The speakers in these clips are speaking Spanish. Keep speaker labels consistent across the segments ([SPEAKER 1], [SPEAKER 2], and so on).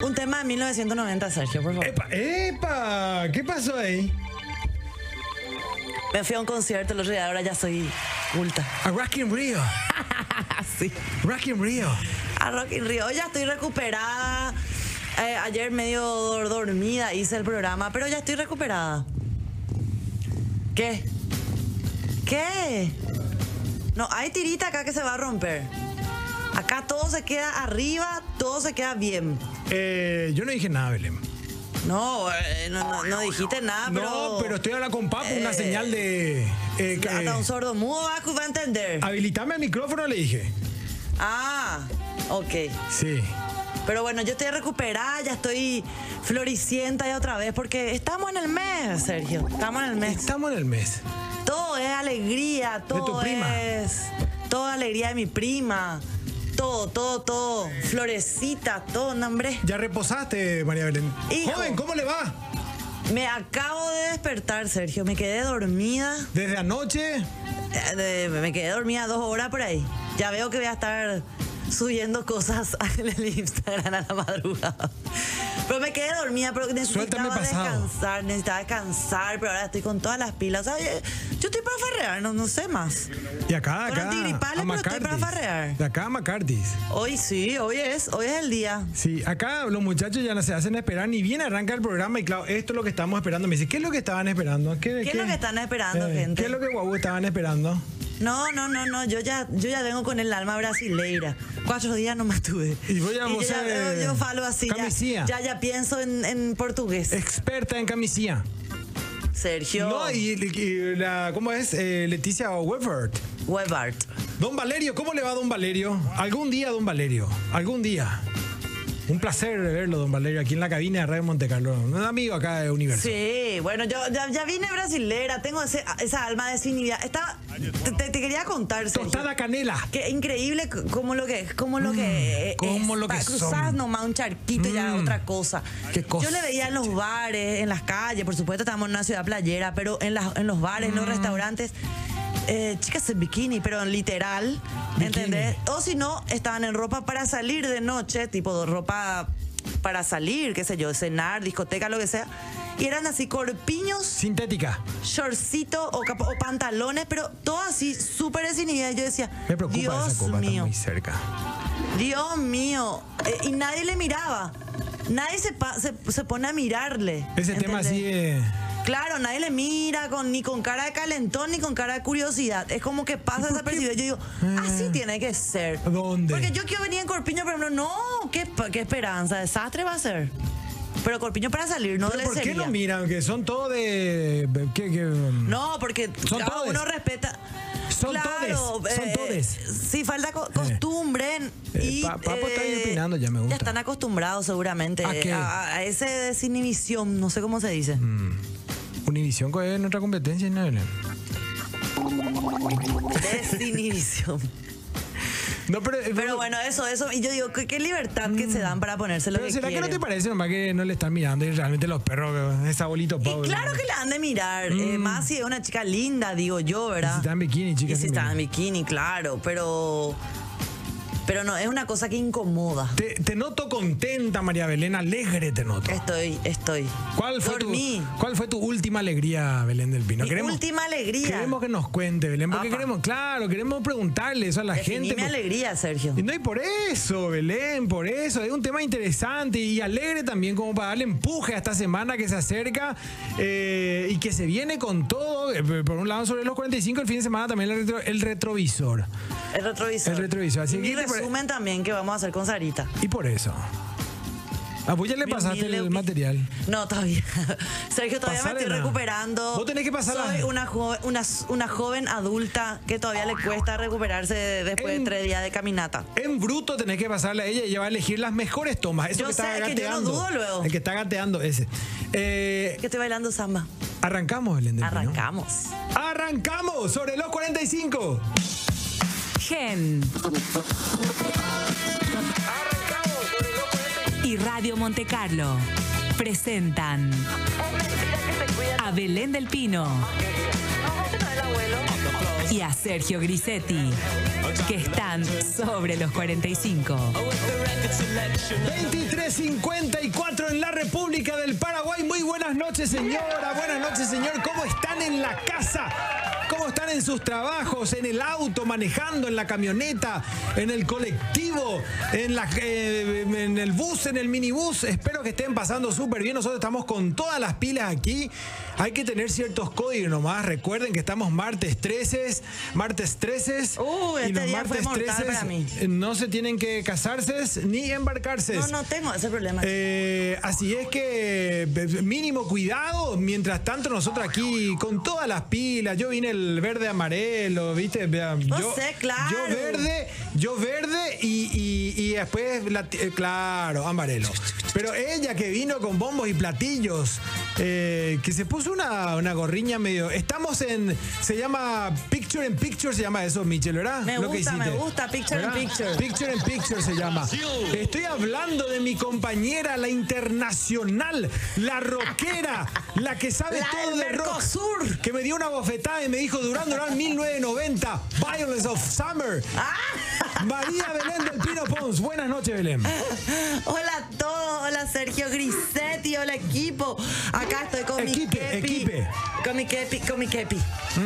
[SPEAKER 1] Un tema de 1990, Sergio, por favor.
[SPEAKER 2] ¡Epa! ¡Epa! ¿Qué pasó ahí?
[SPEAKER 1] Me fui a un concierto el otro día, ahora ya soy culta.
[SPEAKER 2] A Rock in Rio.
[SPEAKER 1] Así.
[SPEAKER 2] Rock in Rio.
[SPEAKER 1] A Rock in Rio. Hoy Ya estoy recuperada. Eh, ayer medio dor- dormida hice el programa, pero ya estoy recuperada. ¿Qué? ¿Qué? No, hay tirita acá que se va a romper. Acá todo se queda arriba, todo se queda bien.
[SPEAKER 2] Eh, yo no dije nada, Belén.
[SPEAKER 1] No, eh, no, no- no dijiste nada, pero...
[SPEAKER 2] no, Ah, pero estoy hablando con Papo, una
[SPEAKER 1] Eh,
[SPEAKER 2] señal de. eh, que-
[SPEAKER 1] Hasta un sordo mudo va a- va a entender.
[SPEAKER 2] habilitame el micrófono, le dije.
[SPEAKER 1] Ah, ok.
[SPEAKER 2] Sí.
[SPEAKER 1] Pero bueno, yo estoy recuperada, ya estoy floricienta ya otra vez, porque estamos en el mes, Sergio. Estamos en el mes.
[SPEAKER 2] Estamos en el mes.
[SPEAKER 1] Todo es alegría,
[SPEAKER 2] tu
[SPEAKER 1] todo
[SPEAKER 2] prima.
[SPEAKER 1] es. Toda alegría de mi prima. Todo, todo, todo. Florecita, todo, no, hombre.
[SPEAKER 2] Ya reposaste, María Belén.
[SPEAKER 1] Hijo.
[SPEAKER 2] Joven, ¿cómo le va?
[SPEAKER 1] Me acabo de despertar, Sergio. Me quedé dormida.
[SPEAKER 2] Desde anoche.
[SPEAKER 1] Eh, de- me quedé dormida dos horas por ahí. Ya veo que voy a estar subiendo cosas en el Instagram a la madrugada. Pero me quedé dormida, pero necesitaba
[SPEAKER 2] Suéltame pasado.
[SPEAKER 1] descansar, necesitaba descansar, pero ahora estoy con todas las pilas. O sea, yo, yo estoy para farrear, no, no sé más.
[SPEAKER 2] Y acá,
[SPEAKER 1] Con
[SPEAKER 2] acá.
[SPEAKER 1] antigripales,
[SPEAKER 2] a
[SPEAKER 1] pero estoy para
[SPEAKER 2] Macartis.
[SPEAKER 1] farrear.
[SPEAKER 2] De acá a Macartis.
[SPEAKER 1] Hoy sí, hoy es, hoy es el día.
[SPEAKER 2] Sí, acá los muchachos ya no se hacen esperar, ni bien arranca el programa y claro, esto es lo que estamos esperando. Me dice, ¿qué es lo que estaban esperando? ¿Qué,
[SPEAKER 1] ¿Qué es lo que están esperando,
[SPEAKER 2] eh,
[SPEAKER 1] gente?
[SPEAKER 2] ¿Qué es lo que guau estaban esperando?
[SPEAKER 1] No, no, no, no, yo ya, yo ya vengo con el alma brasileira. Cuatro días no me tuve.
[SPEAKER 2] Y voy a
[SPEAKER 1] yo,
[SPEAKER 2] vos,
[SPEAKER 1] ya,
[SPEAKER 2] eh,
[SPEAKER 1] yo, yo falo así,
[SPEAKER 2] camisía.
[SPEAKER 1] ya, ya, ya pienso en, en portugués.
[SPEAKER 2] Experta en camisía.
[SPEAKER 1] Sergio
[SPEAKER 2] No, y, y la, ¿cómo es? Eh, Leticia Webert.
[SPEAKER 1] Webart.
[SPEAKER 2] Don Valerio, ¿cómo le va Don Valerio? Algún día, Don Valerio, algún día. Un placer verlo, Don Valerio, aquí en la cabina de Radio Monte Carlo. Un amigo acá de Universo.
[SPEAKER 1] Sí, bueno, yo ya, ya vine brasilera, tengo ese- esa alma de sinidad. Está, te, te- te quería contar, Sergio,
[SPEAKER 2] Tostada canela.
[SPEAKER 1] que increíble c- cómo lo que como lo que
[SPEAKER 2] Mm, cómo lo que
[SPEAKER 1] Pa- cruzás
[SPEAKER 2] son. Mm.
[SPEAKER 1] nomás un charquito y ya otra cosa.
[SPEAKER 2] Qué cosa,
[SPEAKER 1] Yo le veía en los bares, en las calles, por supuesto estamos en una ciudad playera, pero en, las- en los bares, en
[SPEAKER 2] Mm.
[SPEAKER 1] los restaurantes, eh, chicas en bikini, pero en literal,
[SPEAKER 2] Bikini.
[SPEAKER 1] ¿entendés? O si no, estaban en ropa para salir de noche, tipo de ropa para salir, qué sé yo, cenar, discoteca, lo que sea. Y eran así corpiños,
[SPEAKER 2] Sintética.
[SPEAKER 1] shortcito o, cap- o pantalones, pero todo así, súper desinhibidas. Yo decía,
[SPEAKER 2] Me preocupa
[SPEAKER 1] Dios
[SPEAKER 2] esa copa, está
[SPEAKER 1] mío,
[SPEAKER 2] muy cerca.
[SPEAKER 1] Dios mío. Eh, y nadie le miraba. Nadie se, pa- se, se pone a mirarle.
[SPEAKER 2] Ese tema así
[SPEAKER 1] ¿entendés?
[SPEAKER 2] de...
[SPEAKER 1] Claro, nadie le mira con, ni con cara de calentón ni con cara de curiosidad. Es como que pasa desapercibido. Yo digo, así tiene que ser.
[SPEAKER 2] Ah. ¿Dónde?
[SPEAKER 1] Porque yo quiero venir en Corpiño, pero no, no, qué, pa- qué esperanza, desastre va a ser. Pero Corpiño para salir, no
[SPEAKER 2] ¿Pero
[SPEAKER 1] le
[SPEAKER 2] ¿Por qué
[SPEAKER 1] sería.
[SPEAKER 2] no miran? Que son todos de... um, ¿qué, qué?
[SPEAKER 1] No, porque
[SPEAKER 2] Son
[SPEAKER 1] cada
[SPEAKER 2] todes.
[SPEAKER 1] uno respeta.
[SPEAKER 2] Son
[SPEAKER 1] claro,
[SPEAKER 2] todes, son todes.
[SPEAKER 1] Sí, falta co- costumbre.
[SPEAKER 2] Eh,
[SPEAKER 1] y,
[SPEAKER 2] Pa- Papo está ahí opinando, ya me gusta.
[SPEAKER 1] Ya están acostumbrados seguramente
[SPEAKER 2] ¿A qué? Mm.
[SPEAKER 1] a, a ese desinhibición, no sé cómo se dice.
[SPEAKER 2] Univisión es nuestra competencia, ¿no? Belén?
[SPEAKER 1] Desinhibición.
[SPEAKER 2] No, pero...
[SPEAKER 1] Pero bueno, eso, eso. Y yo digo, qué, qué libertad que se dan para ponerse lo
[SPEAKER 2] Mm. Pero
[SPEAKER 1] que
[SPEAKER 2] ¿será que no te
[SPEAKER 1] quieren.
[SPEAKER 2] parece nomás que no le están mirando y realmente los perros, ese abuelito
[SPEAKER 1] y
[SPEAKER 2] pobre?
[SPEAKER 1] claro que la han de mirar, eh, más si es una chica linda, digo yo, ¿verdad?
[SPEAKER 2] Mm. Y si está en bikini, chica,
[SPEAKER 1] Y si
[SPEAKER 2] sí,
[SPEAKER 1] está
[SPEAKER 2] mira.
[SPEAKER 1] en bikini, claro, pero. Pero no, es una cosa que incomoda.
[SPEAKER 2] Te, te noto contenta, María Belén, alegre te noto.
[SPEAKER 1] Estoy, estoy.
[SPEAKER 2] ¿Cuál fue, tu,
[SPEAKER 1] Dormí.
[SPEAKER 2] ¿Cuál fue tu última alegría, Belén del Pino?
[SPEAKER 1] Mi última alegría.
[SPEAKER 2] Queremos que nos cuente, Belén, porque
[SPEAKER 1] Apa.
[SPEAKER 2] queremos, claro, queremos preguntarle eso a la
[SPEAKER 1] Definí
[SPEAKER 2] gente.
[SPEAKER 1] mi alegría, Sergio.
[SPEAKER 2] Y no, y por eso, Belén, por eso. Es un tema interesante y alegre también, como para darle empuje a esta semana que se acerca eh, y que se viene con todo. Eh, Por un lado, sobre los 45, el fin de semana también el, retro- el retrovisor.
[SPEAKER 1] El retrovisor.
[SPEAKER 2] El retrovisor, así
[SPEAKER 1] y mi
[SPEAKER 2] que te pare-
[SPEAKER 1] resumen también que vamos a hacer con Sarita.
[SPEAKER 2] Y por eso. A vos ya le
[SPEAKER 1] Mi
[SPEAKER 2] pasaste
[SPEAKER 1] humilde
[SPEAKER 2] el
[SPEAKER 1] opi-
[SPEAKER 2] material.
[SPEAKER 1] No, todavía. Sergio, todavía
[SPEAKER 2] Pasale
[SPEAKER 1] me estoy
[SPEAKER 2] nada.
[SPEAKER 1] recuperando.
[SPEAKER 2] Vos tenés que pasar la-
[SPEAKER 1] Soy una, joven, una, una joven adulta que todavía le cuesta recuperarse de- después
[SPEAKER 2] En-
[SPEAKER 1] de tres días de caminata.
[SPEAKER 2] En bruto tenés que pasarle a ella y ella va a elegir las mejores tomas. Eso
[SPEAKER 1] Yo
[SPEAKER 2] que está
[SPEAKER 1] sé, es que yo no
[SPEAKER 2] gateando.
[SPEAKER 1] dudo luego.
[SPEAKER 2] El que está gateando, ese. Eh,
[SPEAKER 1] Que estoy bailando samba.
[SPEAKER 2] arrancamos, Belén. del Pino.
[SPEAKER 1] Arrancamos.
[SPEAKER 2] Arrancamos sobre los 45.
[SPEAKER 3] Gen. Y Radio Monte Carlo presentan a Belén del Pino y a Sergio Grisetti, que están sobre los 45.
[SPEAKER 2] 2354 en la República del Paraguay. Muy buenas noches, señora. Buenas noches, señor. ¿Cómo están en la casa? ¿Cómo están en sus trabajos, en el auto, manejando, en la camioneta, en el colectivo, en, la- eh, en el bus, en el minibús? Espero que estén pasando súper bien. Nosotros estamos con todas las pilas aquí. Hay que tener ciertos códigos nomás. Recuerden que estamos martes 13, martes 13.
[SPEAKER 1] Uh, este día fue mortal para mí.
[SPEAKER 2] no se tienen que casarse ni embarcarse.
[SPEAKER 1] No, no tengo ese problema.
[SPEAKER 2] Eh, así es que eh, mínimo cuidado. Mientras tanto, nosotros aquí con todas las pilas. Yo vine el verde amarelo, ¿viste? Vea, Yo,
[SPEAKER 1] sé, claro.
[SPEAKER 2] yo verde, yo verde y, y- y después, la- eh, claro, amarelo. Pero ella que vino con bombos y platillos, eh, que se puso una, una gorriña medio. Estamos en. Se llama Picture in Picture, se llama eso, Michel, ¿verdad?
[SPEAKER 1] Me gusta, me gusta, Picture in
[SPEAKER 2] ¿Verdad?
[SPEAKER 1] Picture.
[SPEAKER 2] Picture in Picture se llama. Estoy hablando de mi compañera, la internacional, la rockera, la que sabe
[SPEAKER 1] La
[SPEAKER 2] todo
[SPEAKER 1] del
[SPEAKER 2] de rock.
[SPEAKER 1] Mercosur.
[SPEAKER 2] Que me dio una bofetada y me dijo Durán Durán 1990, Violence of Summer.
[SPEAKER 1] Ah.
[SPEAKER 2] María Belén del Pino Pons. Buenas noches, Belén.
[SPEAKER 1] Hola a todos, hola Sergio Grisetti, hola equipo. Acá estoy con mi
[SPEAKER 2] Equipe,
[SPEAKER 1] kepi.
[SPEAKER 2] equipe. Mm.
[SPEAKER 1] Con mi kepi, con mi kepi.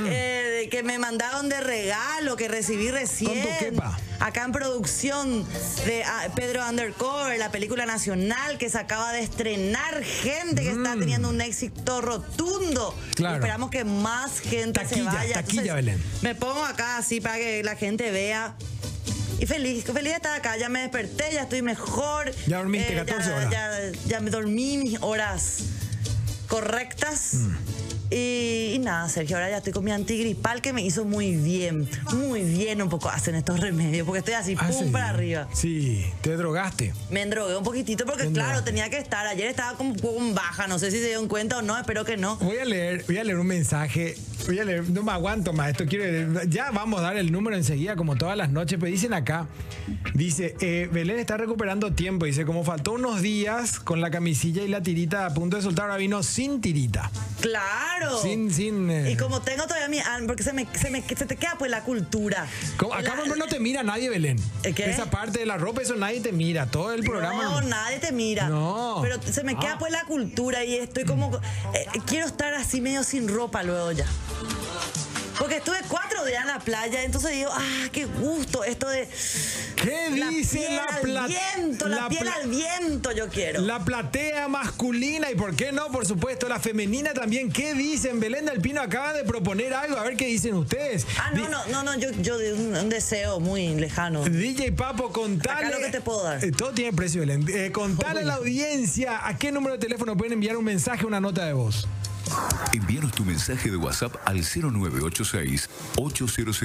[SPEAKER 1] Eh, que me mandaron de regalo, que recibí recién.
[SPEAKER 2] kepa.
[SPEAKER 1] Acá en producción de ah, Pedro Undercover, la película nacional que se acaba de estrenar. Gente que está teniendo un éxito rotundo.
[SPEAKER 2] Mm. Claro.
[SPEAKER 1] Esperamos que más gente se
[SPEAKER 2] Taquilla,
[SPEAKER 1] vaya.
[SPEAKER 2] taquilla, Belén.
[SPEAKER 1] Me pongo acá así para que la gente vea. Y feliz, feliz de estar acá. Ya me desperté, ya estoy mejor. Eh,
[SPEAKER 2] Ya dormiste 14
[SPEAKER 1] ya-
[SPEAKER 2] horas.
[SPEAKER 1] Ya, ya me dormí mis horas correctas.
[SPEAKER 2] Mm.
[SPEAKER 1] Y, y nada, Sergio, ahora ya estoy con mi antigripal que me hizo muy bien. Muy bien un poco hacen estos remedios, porque estoy así, pum,
[SPEAKER 2] Ah, sí.
[SPEAKER 1] para arriba.
[SPEAKER 2] Sí, te drogaste.
[SPEAKER 1] Me drogué un poquitito porque,
[SPEAKER 2] Te
[SPEAKER 1] claro,
[SPEAKER 2] endrogaste.
[SPEAKER 1] tenía que estar. Ayer estaba como con baja, no sé si se dieron cuenta o no, espero que no.
[SPEAKER 2] Voy a leer, voy a leer un mensaje. Voy a leer, no me aguanto más. Esto quiero. Ya vamos a dar el número enseguida, como todas las noches. Pero dicen acá, dice eh, Belén está recuperando tiempo. Dice como faltó unos días con la camisilla y la tirita a punto de soltar. Ahora vino sin tirita,
[SPEAKER 1] Claro.
[SPEAKER 2] sin sin. eh,
[SPEAKER 1] Oh. Y como tengo todavía mi alma, porque se me, se me se te queda pues la cultura.
[SPEAKER 2] como- acá por ejemplo, no te mira nadie, Belén.
[SPEAKER 1] ¿Eh, qué?
[SPEAKER 2] Esa parte de la ropa, eso nadie te mira. Todo el programa.
[SPEAKER 1] No, nadie te mira.
[SPEAKER 2] No.
[SPEAKER 1] Pero se me queda
[SPEAKER 2] Ah.
[SPEAKER 1] pues la cultura y estoy como. eh, quiero estar así medio sin ropa luego ya. Porque estuve cuatro días en la playa, entonces digo, ah, qué gusto esto de.
[SPEAKER 2] ¿Qué dice
[SPEAKER 1] piel
[SPEAKER 2] la
[SPEAKER 1] al
[SPEAKER 2] pla-
[SPEAKER 1] viento, la,
[SPEAKER 2] la
[SPEAKER 1] piel
[SPEAKER 2] pla-
[SPEAKER 1] al viento yo quiero.
[SPEAKER 2] La platea masculina y por qué no, por supuesto, la femenina también. ¿Qué dicen? Belén del Pino acaba de proponer algo, a ver qué dicen ustedes.
[SPEAKER 1] Ah, no, no, no, no, yo, yo de un, un deseo muy lejano.
[SPEAKER 2] DJ Papo, contale.
[SPEAKER 1] Acá lo que te puedo dar.
[SPEAKER 2] Eh, todo tiene precio, Belén. Eh, contale a la audiencia a qué número de teléfono pueden enviar un mensaje, una nota de voz.
[SPEAKER 4] Envíanos tu mensaje de WhatsApp al 0986 800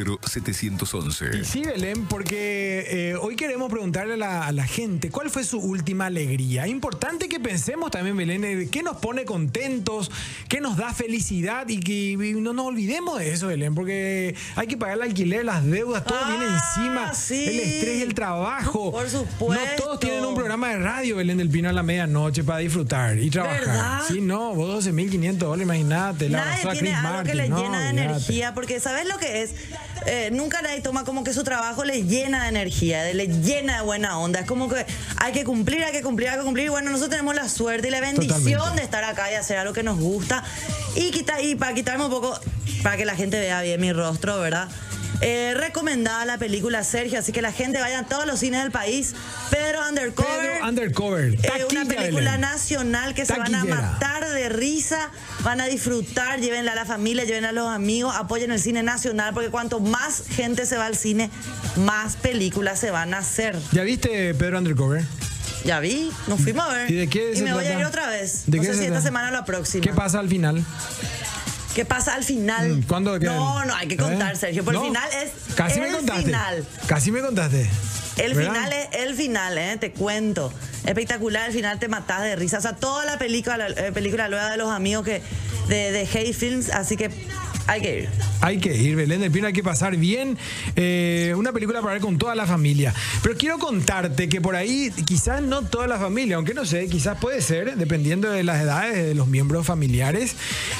[SPEAKER 2] Y
[SPEAKER 4] 711.
[SPEAKER 2] sí, Belén, porque eh, hoy queremos preguntarle a la, a la gente cuál fue su última alegría. Es Importante que pensemos también, Belén, eh, qué nos pone contentos, qué nos da felicidad y que y no nos olvidemos de eso, Belén, porque hay que pagar el alquiler, las deudas, todo
[SPEAKER 1] Ah,
[SPEAKER 2] viene encima,
[SPEAKER 1] sí.
[SPEAKER 2] el estrés, el trabajo.
[SPEAKER 1] Por
[SPEAKER 2] No
[SPEAKER 1] supuesto.
[SPEAKER 2] todos tienen un programa de radio, Belén del Pino, a la medianoche para disfrutar y trabajar.
[SPEAKER 1] ¿Verdad?
[SPEAKER 2] Sí, no, vos 12.500 dólares, imagínate, la
[SPEAKER 1] Nadie
[SPEAKER 2] abrazó a
[SPEAKER 1] tiene
[SPEAKER 2] Chris
[SPEAKER 1] algo que
[SPEAKER 2] Martin,
[SPEAKER 1] le
[SPEAKER 2] no,
[SPEAKER 1] llena de
[SPEAKER 2] olvídate.
[SPEAKER 1] energía, porque ¿sabes lo que es? Eh, nunca nadie toma como que su trabajo le llena de energía, de- le llena de buena onda. Es como que hay que cumplir, hay que cumplir, hay que cumplir. Y bueno, nosotros tenemos la suerte y la bendición
[SPEAKER 2] Totalmente.
[SPEAKER 1] de estar acá y hacer algo que nos gusta. Y, quita, y para quitarme un poco, para que la gente vea bien mi rostro, ¿verdad? Eh, recomendada la película Sergio, así que la gente vaya a todos los cines del país. Pedro Undercover.
[SPEAKER 2] Pedro Undercover.
[SPEAKER 1] Eh,
[SPEAKER 2] Taquilla,
[SPEAKER 1] una película
[SPEAKER 2] Belén.
[SPEAKER 1] nacional que se van a
[SPEAKER 2] Taquillera.
[SPEAKER 1] matar de risa, van a disfrutar, llévenla a la familia, llévenla a los amigos, apoyen el cine nacional, porque cuanto más gente se va al cine, más películas se van a hacer.
[SPEAKER 2] ¿Ya viste Pedro Undercover?
[SPEAKER 1] Ya vi, nos fuimos a ver.
[SPEAKER 2] ¿Y de qué
[SPEAKER 1] Y
[SPEAKER 2] se
[SPEAKER 1] me voy a
[SPEAKER 2] trata?
[SPEAKER 1] ir otra vez.
[SPEAKER 2] ¿De
[SPEAKER 1] no
[SPEAKER 2] qué
[SPEAKER 1] sé
[SPEAKER 2] se
[SPEAKER 1] si esta
[SPEAKER 2] trata?
[SPEAKER 1] semana o la próxima.
[SPEAKER 2] ¿Qué pasa al final?
[SPEAKER 1] ¿Qué pasa al final?
[SPEAKER 2] Mm, ¿Cuándo? qué?
[SPEAKER 1] No, no, hay que contar,
[SPEAKER 2] ¿Eh?
[SPEAKER 1] Sergio, porque
[SPEAKER 2] No,
[SPEAKER 1] el final es
[SPEAKER 2] Casi
[SPEAKER 1] el
[SPEAKER 2] me contaste.
[SPEAKER 1] final.
[SPEAKER 2] Casi me contaste.
[SPEAKER 1] El
[SPEAKER 2] ¿Verdad?
[SPEAKER 1] final es el final, ¿eh? te cuento. Espectacular, el final te matás de risa. O sea, toda la película, la, eh, película nueva de los amigos que de, de Hey Films, así que hay que ir.
[SPEAKER 2] Hay que ir, Belén del Pino, hay que pasar bien. Eh, una película para ver con toda la familia. Pero quiero contarte que por ahí, quizás no toda la familia, aunque no sé, quizás puede ser, dependiendo de las edades de los miembros familiares.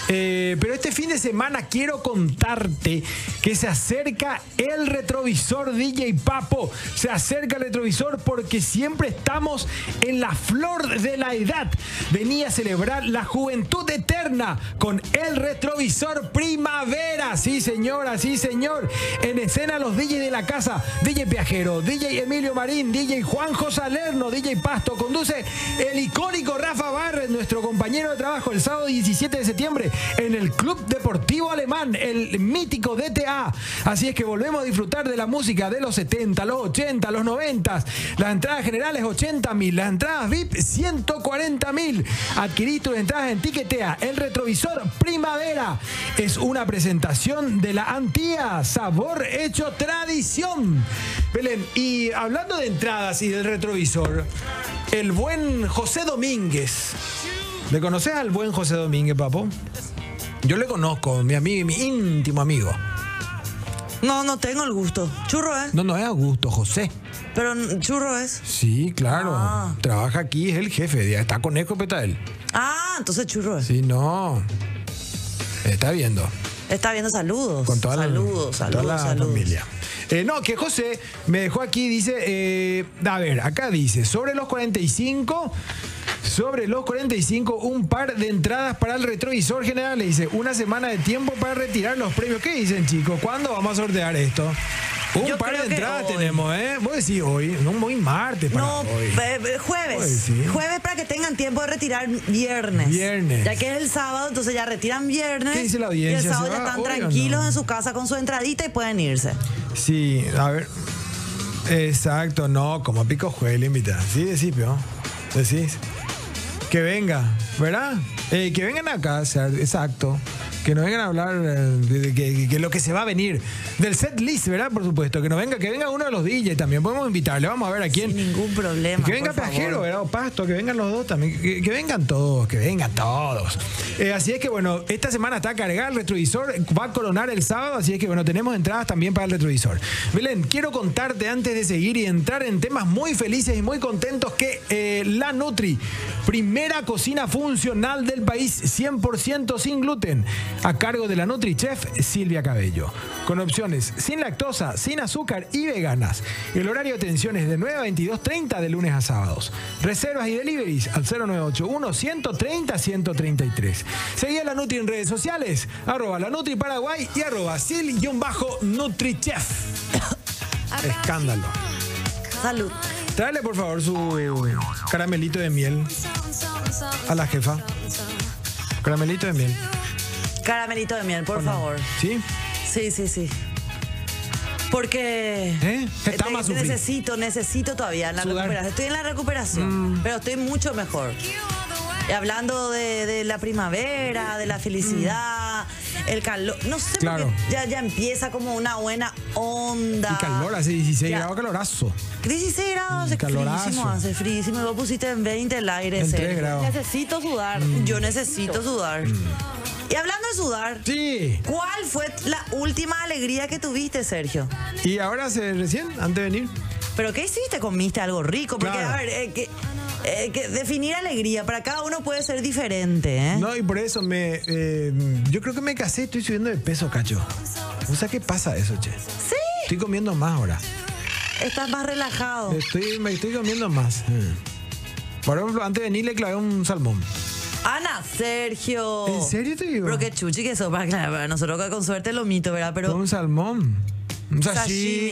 [SPEAKER 2] Eh, pero este fin de semana quiero contarte que se acerca el retrovisor DJ Papo. Se acerca el retrovisor porque siempre estamos en la flor de la edad. Venía a celebrar la juventud eterna con el retrovisor primavera. Sí, señora, sí, señor. En escena los DJ de la casa, DJ Viajero, DJ Emilio Marín, DJ Juanjo Salerno, DJ Pasto. Conduce el icónico Rafa Barres, nuestro compañero de trabajo, el sábado 17 de septiembre en el Club Deportivo Alemán, el mítico DTA. Así es que volvemos a disfrutar de la música de los 70, los 80, los 90. Las entradas generales 80 mil, las entradas VIP 140 mil. Adquirí tus entradas en Tiquetea. El retrovisor Primavera es una presentación de la Antía, sabor hecho tradición. Belén, y hablando de entradas y del retrovisor, el buen José Domínguez. ¿Le conoces al buen José Domínguez, papo? Yo le conozco, mi amigo, mi íntimo amigo.
[SPEAKER 1] No, no tengo el gusto. Churro, ¿eh?
[SPEAKER 2] No, no es Augusto, José.
[SPEAKER 1] Pero mm, churro es.
[SPEAKER 2] Sí, claro.
[SPEAKER 1] Ah.
[SPEAKER 2] Trabaja aquí, es el jefe. ya Está con escopeta él.
[SPEAKER 1] Ah, entonces churro es.
[SPEAKER 2] Sí, no. Está viendo.
[SPEAKER 1] Está viendo saludos.
[SPEAKER 2] Con toda la,
[SPEAKER 1] saludos,
[SPEAKER 2] con
[SPEAKER 1] saludos,
[SPEAKER 2] toda la
[SPEAKER 1] saludos.
[SPEAKER 2] familia. Eh, no, que José me dejó aquí, dice, eh, a ver, acá dice, sobre los 45, sobre los 45, un par de entradas para el retrovisor general, le dice, una semana de tiempo para retirar los premios. ¿Qué dicen, chicos? ¿Cuándo vamos a sortear esto? Un
[SPEAKER 1] Yo
[SPEAKER 2] par de
[SPEAKER 1] creo que
[SPEAKER 2] entradas
[SPEAKER 1] hoy.
[SPEAKER 2] tenemos, ¿eh? Vos decís hoy, no muy martes para
[SPEAKER 1] No,
[SPEAKER 2] hoy.
[SPEAKER 1] eh, eh, jueves.
[SPEAKER 2] Hoy, sí.
[SPEAKER 1] Jueves para que tengan tiempo de retirar viernes.
[SPEAKER 2] Viernes.
[SPEAKER 1] Ya que es el sábado, entonces ya retiran viernes.
[SPEAKER 2] ¿Qué dice
[SPEAKER 1] Y
[SPEAKER 2] la audiencia?
[SPEAKER 1] el sábado
[SPEAKER 2] ¿Se
[SPEAKER 1] ya
[SPEAKER 2] va
[SPEAKER 1] están
[SPEAKER 2] hoy o no?
[SPEAKER 1] tranquilos en su casa con su entradita y pueden irse.
[SPEAKER 2] Sí, a ver. Exacto, no, como Pico Juez le invita. Sí, decís, Pio. Decís. Que venga, ¿verdad? Eh, que vengan acá, o sea, exacto. Que nos vengan a hablar eh, de, de- que, que lo que se va a venir. Del set list, ¿verdad? Por supuesto. Que nos venga, que venga uno de los DJs también. Podemos invitarle, vamos a ver a quién.
[SPEAKER 1] Sin ningún problema.
[SPEAKER 2] Que venga ¿eh?
[SPEAKER 1] por favor.
[SPEAKER 2] Pajero, ¿verdad? O Pasto, que vengan los dos también. Que, que vengan todos, que vengan todos. Eh, así es que, bueno, esta semana está cargada el retrovisor, va a coronar el sábado, así es que, bueno, tenemos entradas también para el retrovisor. Belén, quiero contarte antes de seguir y entrar en temas muy felices y muy contentos que eh, La Nutri, primera cocina funcional del país 100% sin gluten, a cargo de La Nutri Chef Silvia Cabello, con opciones sin lactosa, sin azúcar y veganas. El horario de atención es de 9 a 22.30 de lunes a sábados. Reservas y deliveries al 0981-130-133. Seguí a la Nutri en redes sociales, arroba la Nutri Paraguay y arroba sil-nutrichef. Escándalo.
[SPEAKER 1] Salud.
[SPEAKER 2] Tráele por favor su eh, caramelito de miel a la jefa. Caramelito de miel.
[SPEAKER 1] Caramelito de miel, por favor.
[SPEAKER 2] ¿Sí?
[SPEAKER 1] Sí, sí, sí. Porque.
[SPEAKER 2] ¿Eh? Te está
[SPEAKER 1] te-
[SPEAKER 2] más
[SPEAKER 1] te
[SPEAKER 2] sufrir.
[SPEAKER 1] necesito, necesito todavía en la
[SPEAKER 2] Sudar. Mm.
[SPEAKER 1] recuperación. Estoy en la recuperación, pero estoy mucho mejor. Y hablando de, de la primavera, de la felicidad, el calor. No sé,
[SPEAKER 2] Claro.
[SPEAKER 1] porque ya, ya empieza como una buena onda.
[SPEAKER 2] Y calor, hace 16
[SPEAKER 1] Ah, Ya.
[SPEAKER 2] grados, calorazo.
[SPEAKER 1] 16 grados, hace
[SPEAKER 2] Mm, calorazo.
[SPEAKER 1] frísimo, hace frísimo. Y vos pusiste en 20 el aire.
[SPEAKER 2] En tres
[SPEAKER 1] Sergio.
[SPEAKER 2] grados. Mm.
[SPEAKER 1] Necesito sudar. Yo necesito sudar. Y hablando de sudar,
[SPEAKER 2] Sí.
[SPEAKER 1] ¿cuál fue la última alegría que tuviste, Sergio?
[SPEAKER 2] ¿Y ahora se recién, antes de venir?
[SPEAKER 1] ¿Pero qué hiciste? ¿Comiste algo rico? Porque,
[SPEAKER 2] Claro.
[SPEAKER 1] a ver, eh, que, eh, que definir alegría para cada uno puede ser diferente, ¿eh?
[SPEAKER 2] No, y por eso me. eh, yo creo que me casé, estoy subiendo de peso, cacho. O sea, ¿qué pasa eso, che?
[SPEAKER 1] Sí,
[SPEAKER 2] Estoy comiendo más ahora.
[SPEAKER 1] estás más relajado.
[SPEAKER 2] Estoy, me estoy comiendo más. Mm. Por ejemplo, antes de venir le clavé un salmón.
[SPEAKER 1] Ana, Sergio.
[SPEAKER 2] ¿En serio te digo?
[SPEAKER 1] Oh. Pero qué chuchi que eso, para, claro, para nosotros que con suerte lo mito, ¿verdad?
[SPEAKER 2] Con
[SPEAKER 1] Pero
[SPEAKER 2] un salmón. Un
[SPEAKER 1] Sashimi.
[SPEAKER 2] sashimi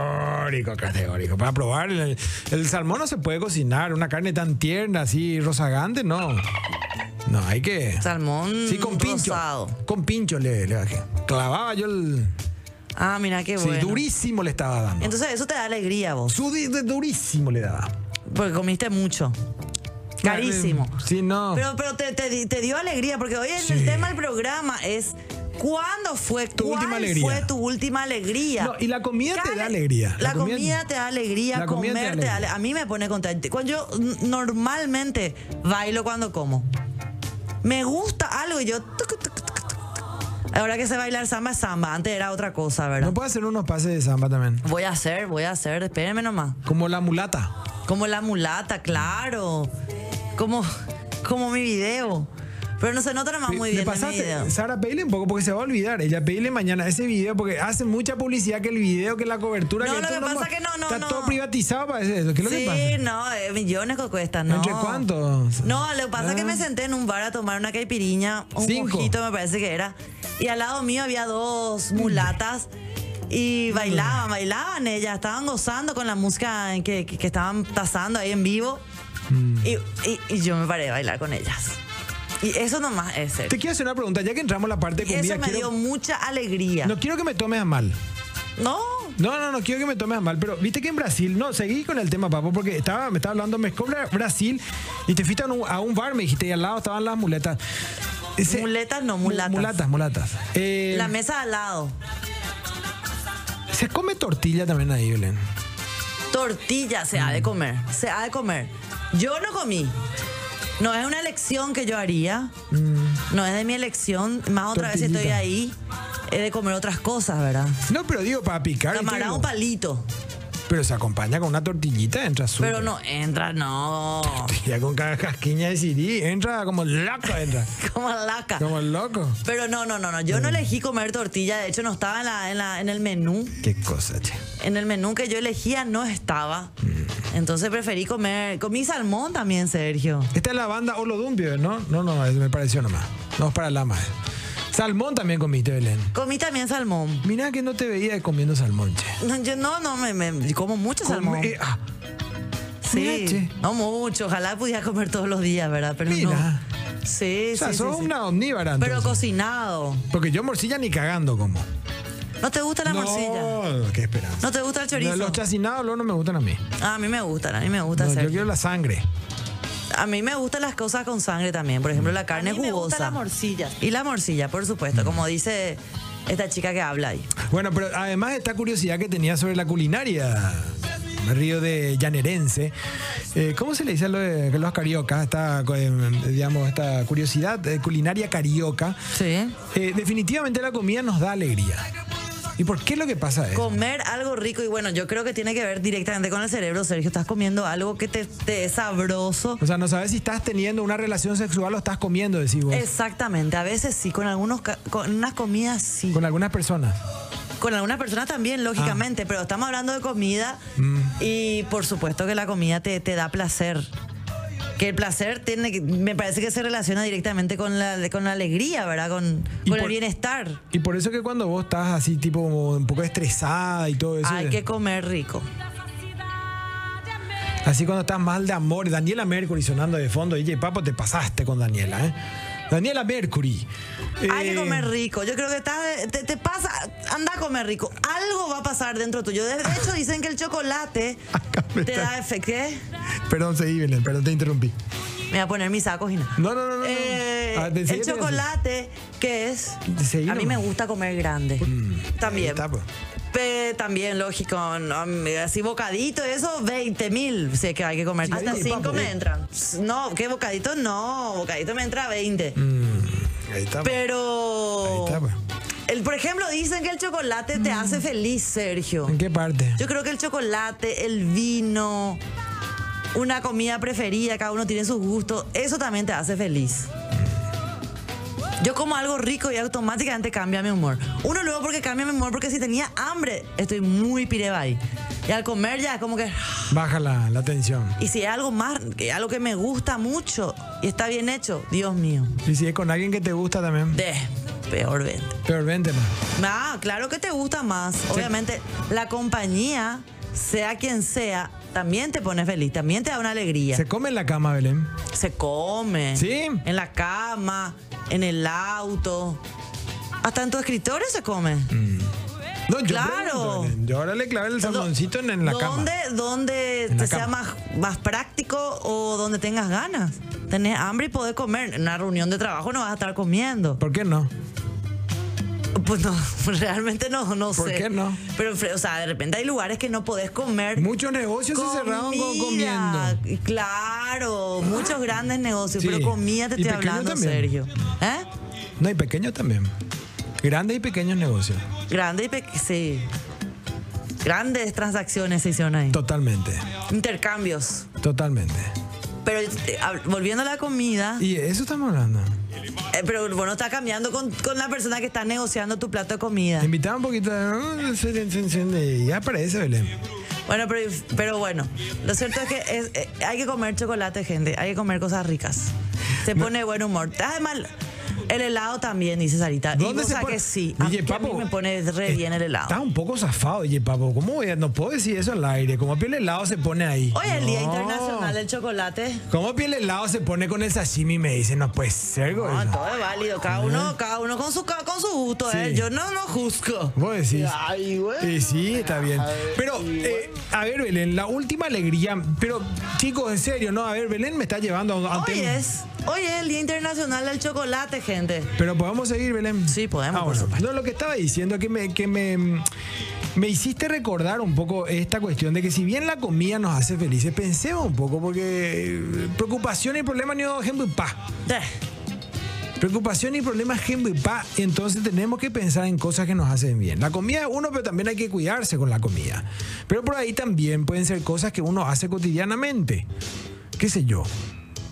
[SPEAKER 2] categórico, categórico. Para probar, el, el salmón no se puede cocinar. Una carne tan tierna, así, rozagante, no. No, hay que.
[SPEAKER 1] salmón
[SPEAKER 2] Sí, con pincho.
[SPEAKER 1] Mm, rosado.
[SPEAKER 2] Con pincho le, le bajé. Clavaba yo el.
[SPEAKER 1] Ah, mira qué
[SPEAKER 2] Sí,
[SPEAKER 1] bueno.
[SPEAKER 2] durísimo le estaba dando.
[SPEAKER 1] Entonces eso te da alegría vos,
[SPEAKER 2] Su di- de- durísimo le daba.
[SPEAKER 1] porque comiste mucho. Carísimo.
[SPEAKER 2] Eh, Sí, no.
[SPEAKER 1] Pero, pero te, te di- te dio alegría, porque hoy en el tema del programa es ¿cuándo fue
[SPEAKER 2] Tu
[SPEAKER 1] cuál
[SPEAKER 2] última alegría.
[SPEAKER 1] fue tu última alegría?
[SPEAKER 2] No, y la comida te
[SPEAKER 1] Cada-
[SPEAKER 2] da alegría.
[SPEAKER 1] La,
[SPEAKER 2] La
[SPEAKER 1] comida,
[SPEAKER 2] comida-
[SPEAKER 1] te da alegría,
[SPEAKER 2] la comida
[SPEAKER 1] comer
[SPEAKER 2] te da
[SPEAKER 1] te da
[SPEAKER 2] alegría.
[SPEAKER 1] ale- A mí me pone contenta. Cuando yo n- normalmente bailo cuando como. Me gusta algo y yo. tuc, tuc, tuc, tuc, tuc. Ahora que sé bailar samba es samba. Antes era otra cosa, ¿verdad?
[SPEAKER 2] No puede hacer unos pases de samba también.
[SPEAKER 1] Voy a hacer, voy a hacer. Espérenme nomás.
[SPEAKER 2] Como la mulata.
[SPEAKER 1] Como la mulata, claro. Como, como mi video. Pero no se nota nomás Ah, muy
[SPEAKER 2] Le
[SPEAKER 1] bien de mi
[SPEAKER 2] pasaste,
[SPEAKER 1] video.
[SPEAKER 2] Sara, pedile un poco porque se va a olvidar. Ella pedile mañana ese video porque hace mucha publicidad que el video, que la cobertura.
[SPEAKER 1] No,
[SPEAKER 2] que
[SPEAKER 1] lo
[SPEAKER 2] esto
[SPEAKER 1] que pasa que no, no,
[SPEAKER 2] Está
[SPEAKER 1] no.
[SPEAKER 2] todo privatizado para eso. ¿Qué es lo que pasa?
[SPEAKER 1] Sí, no, eh, millones que cuesta, ¿no?
[SPEAKER 2] ¿Entre cuántos? Ah.
[SPEAKER 1] No, lo que pasa es que me senté en un bar a tomar una caipiriña, un
[SPEAKER 2] Cinco.
[SPEAKER 1] cojito me parece que era, y al lado mío había dos mulatas y bailaban, bailaban ellas, estaban gozando con la música en que, que- que estaban tasando ahí en vivo,
[SPEAKER 2] Mm.
[SPEAKER 1] y, y- y yo me paré a bailar con ellas. Y eso nomás es ser.
[SPEAKER 2] Te quiero hacer una pregunta, ya que entramos a la parte de
[SPEAKER 1] Y
[SPEAKER 2] comida.
[SPEAKER 1] eso me
[SPEAKER 2] quiero-
[SPEAKER 1] dio mucha alegría.
[SPEAKER 2] No quiero que me tomes a mal.
[SPEAKER 1] No,
[SPEAKER 2] No, no, no quiero que me tomes a mal, pero viste que en Brasil, no, seguí con el tema, papo, porque estaba, me estaba hablando, me escobra Brasil y te fuiste a un, a un bar, me dijiste, y al lado estaban las muletas. Ese-
[SPEAKER 1] Muletas no,
[SPEAKER 2] mu-
[SPEAKER 1] mulatas.
[SPEAKER 2] Mulatas, mulatas. Eh,
[SPEAKER 1] la mesa al lado.
[SPEAKER 2] se come tortilla también ahí, Belén.
[SPEAKER 1] Tortilla se
[SPEAKER 2] Mm.
[SPEAKER 1] ha de comer, se ha de comer. Yo no comí. No es una elección que yo haría. No es de mi elección. Más otra vez si estoy
[SPEAKER 2] Mm. Tortillita.
[SPEAKER 1] ahí. He de comer otras cosas, ¿verdad?
[SPEAKER 2] No, pero digo, para picar. ¿viste?
[SPEAKER 1] Camarón
[SPEAKER 2] Digo,
[SPEAKER 1] palito.
[SPEAKER 2] Pero se acompaña con una tortillita, entra su.
[SPEAKER 1] Pero no entra, no.
[SPEAKER 2] Ya con cada casquiña de CD, entra como loco, entra.
[SPEAKER 1] Como laca.
[SPEAKER 2] Como loco.
[SPEAKER 1] Pero no, no, no, no. Yo no
[SPEAKER 2] Mm.
[SPEAKER 1] elegí comer tortilla. De hecho, no estaba en, la- en la- en el menú.
[SPEAKER 2] Qué cosa, che.
[SPEAKER 1] En el menú que yo elegía no estaba.
[SPEAKER 2] Mm.
[SPEAKER 1] Entonces preferí comer. Comí salmón también, Sergio.
[SPEAKER 2] Esta es la banda Olo Dumbio, ¿no? No, no, es- me pareció nomás. No es para la madre. Salmón también comiste, Belén.
[SPEAKER 1] Comí también salmón.
[SPEAKER 2] Mirá que no te veía comiendo salmón, che.
[SPEAKER 1] No, yo no, no, me, me- como mucho salmón.
[SPEAKER 2] Come- eh, ah, mira,
[SPEAKER 1] Sí,
[SPEAKER 2] che.
[SPEAKER 1] no mucho. Ojalá pudiera comer todos los días, ¿verdad? Pero
[SPEAKER 2] Mira.
[SPEAKER 1] no. Sí,
[SPEAKER 2] o sea,
[SPEAKER 1] sí, sí,
[SPEAKER 2] sos
[SPEAKER 1] sí.
[SPEAKER 2] una omnívora.
[SPEAKER 1] Pero
[SPEAKER 2] entonces.
[SPEAKER 1] cocinado.
[SPEAKER 2] Porque yo morcilla ni cagando como.
[SPEAKER 1] ¿No te gusta la
[SPEAKER 2] no,
[SPEAKER 1] morcilla?
[SPEAKER 2] qué esperanza.
[SPEAKER 1] ¿No te gusta el chorizo?
[SPEAKER 2] No, Los chacinados luego no me gustan a mí.
[SPEAKER 1] Ah, a mí me gustan, a mí me gusta
[SPEAKER 2] No, yo
[SPEAKER 1] hacer.
[SPEAKER 2] quiero la sangre.
[SPEAKER 1] A mí me gustan las cosas con sangre también. Por ejemplo, la carne
[SPEAKER 3] mí me gusta
[SPEAKER 1] jugosa.
[SPEAKER 3] la morcilla.
[SPEAKER 1] Y la morcilla, por supuesto, como dice esta chica que habla ahí.
[SPEAKER 2] Bueno, pero además esta curiosidad que tenía sobre la culinaria. Río de Llanerense. Eh, ¿Cómo se le dice a lo de- que los cariocas? Esta, eh, digamos, esta curiosidad eh, culinaria carioca.
[SPEAKER 1] Sí.
[SPEAKER 2] Eh, definitivamente la comida nos da alegría. ¿Y por qué lo que pasa es?
[SPEAKER 1] Comer algo rico y bueno, yo creo que tiene que ver directamente con el cerebro, Sergio. Estás comiendo algo que te, te es sabroso.
[SPEAKER 2] O sea, no sabes si estás teniendo una relación sexual o estás comiendo, decís vos.
[SPEAKER 1] Exactamente, a veces sí, con algunos ca- con unas comidas sí.
[SPEAKER 2] Con algunas personas.
[SPEAKER 1] Con algunas personas también, lógicamente,
[SPEAKER 2] Ah.
[SPEAKER 1] pero estamos hablando de comida
[SPEAKER 2] Mm.
[SPEAKER 1] y por supuesto que la comida te, te da placer. Que el placer tiene que- me parece que se relaciona directamente con la, con la alegría, ¿verdad? Con,
[SPEAKER 2] Y
[SPEAKER 1] con el
[SPEAKER 2] por-
[SPEAKER 1] bienestar.
[SPEAKER 2] Y por eso que cuando vos estás así, tipo, como un poco estresada y todo eso.
[SPEAKER 1] Hay que comer rico.
[SPEAKER 2] Así cuando estás mal de amor, Daniela Mercury sonando de fondo, DJ Papo, te pasaste con Daniela, ¿eh? Daniela Mercury.
[SPEAKER 1] Hay que
[SPEAKER 2] Eh,
[SPEAKER 1] comer rico. Yo creo que estás- te, te pasa, anda a comer rico. Algo va a pasar dentro tuyo. De de hecho, dicen que el chocolate
[SPEAKER 2] Acá me
[SPEAKER 1] te
[SPEAKER 2] está-
[SPEAKER 1] da efecto. ¿Qué?
[SPEAKER 2] Perdón, seguí, Belén, perdón, te interrumpí.
[SPEAKER 1] Me voy a poner mis sacos y nada.
[SPEAKER 2] No, no, no, no.
[SPEAKER 1] Eh,
[SPEAKER 2] no. Ah, te-
[SPEAKER 1] el
[SPEAKER 2] seguí, te-
[SPEAKER 1] chocolate, que es?
[SPEAKER 2] Seguí
[SPEAKER 1] a mí me
[SPEAKER 2] nomás.
[SPEAKER 1] gusta comer grande.
[SPEAKER 2] ahí
[SPEAKER 1] También.
[SPEAKER 2] está, pues.
[SPEAKER 1] Pe- también, lógico. no, así bocadito, eso, 20 mil. Sé que hay que comer.
[SPEAKER 2] Sí,
[SPEAKER 1] Hasta
[SPEAKER 2] ahí,
[SPEAKER 1] 5
[SPEAKER 2] papo,
[SPEAKER 1] me
[SPEAKER 2] eh.
[SPEAKER 1] entran. No, ¿qué bocadito? No, bocadito me entra 20.
[SPEAKER 2] Ahí está. pues. Mm. Ahí
[SPEAKER 1] Pero.
[SPEAKER 2] está, pues.
[SPEAKER 1] el, por ejemplo, dicen que el chocolate te hace feliz, Sergio.
[SPEAKER 2] ¿En qué parte?
[SPEAKER 1] Yo creo que el chocolate, el vino, una comida preferida, cada uno tiene sus gustos, eso también te hace feliz. Yo como algo rico y automáticamente cambia mi humor. Uno luego porque cambia mi humor, porque si tenía hambre, estoy muy pirebay. Y al comer ya es como que...
[SPEAKER 2] Baja la, la tensión.
[SPEAKER 1] Y si es algo más, que algo que me gusta mucho y está bien hecho, Dios mío.
[SPEAKER 2] Y si es con alguien que te gusta también,
[SPEAKER 1] De, peor vente.
[SPEAKER 2] peor vente, pues. más.
[SPEAKER 1] Ah, claro que te gusta más. Obviamente, la compañía, sea quien sea, también te pone feliz, también te da una alegría.
[SPEAKER 2] ¿Se
[SPEAKER 1] Se,
[SPEAKER 2] come en la cama, Belén?
[SPEAKER 1] come.
[SPEAKER 2] ¿Sí?
[SPEAKER 1] En la cama, en el auto. Hasta en tu escritorio se come.
[SPEAKER 2] No, yo
[SPEAKER 1] Claro.
[SPEAKER 2] pregunto, Belén. Yo ahora le clavé el salmoncito en, en la cama.
[SPEAKER 1] ¿Dónde, dónde
[SPEAKER 2] En la
[SPEAKER 1] te sea
[SPEAKER 2] cama.
[SPEAKER 1] más, más práctico o donde tengas ganas? Tenés hambre y podés comer. En una reunión de trabajo no vas a estar comiendo.
[SPEAKER 2] ¿Por qué no?
[SPEAKER 1] Pues no, realmente no, no
[SPEAKER 2] ¿Por
[SPEAKER 1] sé.
[SPEAKER 2] qué no?
[SPEAKER 1] Pero, o sea, de repente hay lugares que no podés comer.
[SPEAKER 2] Muchos negocios se cerraron con comiendo.
[SPEAKER 1] Comida, Claro, muchos grandes negocios,
[SPEAKER 2] Sí.
[SPEAKER 1] pero comida te
[SPEAKER 2] Y
[SPEAKER 1] estoy
[SPEAKER 2] pequeño
[SPEAKER 1] hablando,
[SPEAKER 2] también.
[SPEAKER 1] Sergio. ¿Eh?
[SPEAKER 2] No, y pequeño también. Grandes y pequeños negocios.
[SPEAKER 1] Grande y pequeño. Sí. Grandes transacciones se hicieron ahí.
[SPEAKER 2] Totalmente.
[SPEAKER 1] Intercambios.
[SPEAKER 2] totalmente.
[SPEAKER 1] Pero eh, hab- volviendo a la comida,
[SPEAKER 2] Y de eso estamos hablando.
[SPEAKER 1] eh, pero bueno, está cambiando con, con la persona que está negociando tu plato de comida.
[SPEAKER 2] Te invitaba un poquito. Y ya aparece Belén.
[SPEAKER 1] Bueno, pero, pero bueno, lo cierto es que es- eh, hay que comer chocolate, gente. Hay que comer cosas ricas. Se pone de buen humor. Además, el helado también, dice Sarita. y vos sabés
[SPEAKER 2] pone?
[SPEAKER 1] que sí.
[SPEAKER 2] Oye,
[SPEAKER 1] a, que a mí
[SPEAKER 2] Papo, Eh,
[SPEAKER 1] me pone re
[SPEAKER 2] es-
[SPEAKER 1] bien el
[SPEAKER 2] Estás
[SPEAKER 1] helado.
[SPEAKER 2] un poco zafado, oye, papo. ¿Cómo voy a- no puedo decir eso al aire? ¿Cómo piel helado se pone ahí?
[SPEAKER 1] Hoy es el Día
[SPEAKER 2] No.
[SPEAKER 1] Internacional del Chocolate.
[SPEAKER 2] ¿Cómo piel helado se pone con el sashimi? Me dice, no puede ser, güey.
[SPEAKER 1] No, todo es válido. Cada uno, cada uno con su, ca- con su gusto.
[SPEAKER 2] Sí.
[SPEAKER 1] ¿eh? Yo no, no juzgo.
[SPEAKER 2] Vos decís.
[SPEAKER 5] Ay, güey.
[SPEAKER 2] Eh, sí, está bien. Pero, eh, a ver, Belén, la última alegría. Pero, chicos, en serio, no, a ver, Belén me está llevando a un- a un
[SPEAKER 1] Hoy
[SPEAKER 2] tema.
[SPEAKER 1] es, hoy es el Día Internacional del Chocolate, gente.
[SPEAKER 2] Pero podemos seguir, Belén. Ah,
[SPEAKER 1] Sí, podemos, por supuesto.
[SPEAKER 2] No, lo que estaba diciendo que me, que me, me hiciste recordar un poco esta cuestión de que si bien la comida nos hace felices, pensemos un poco, porque eh, preocupación y problema ni dos ejemplo y paz.
[SPEAKER 1] Eh.
[SPEAKER 2] Preocupación y problemas ejemplo y paz. Entonces tenemos que pensar en cosas que nos hacen bien. La comida es uno, pero también hay que cuidarse con la comida. Pero por ahí también pueden ser cosas que uno hace cotidianamente. ¿Qué sé yo?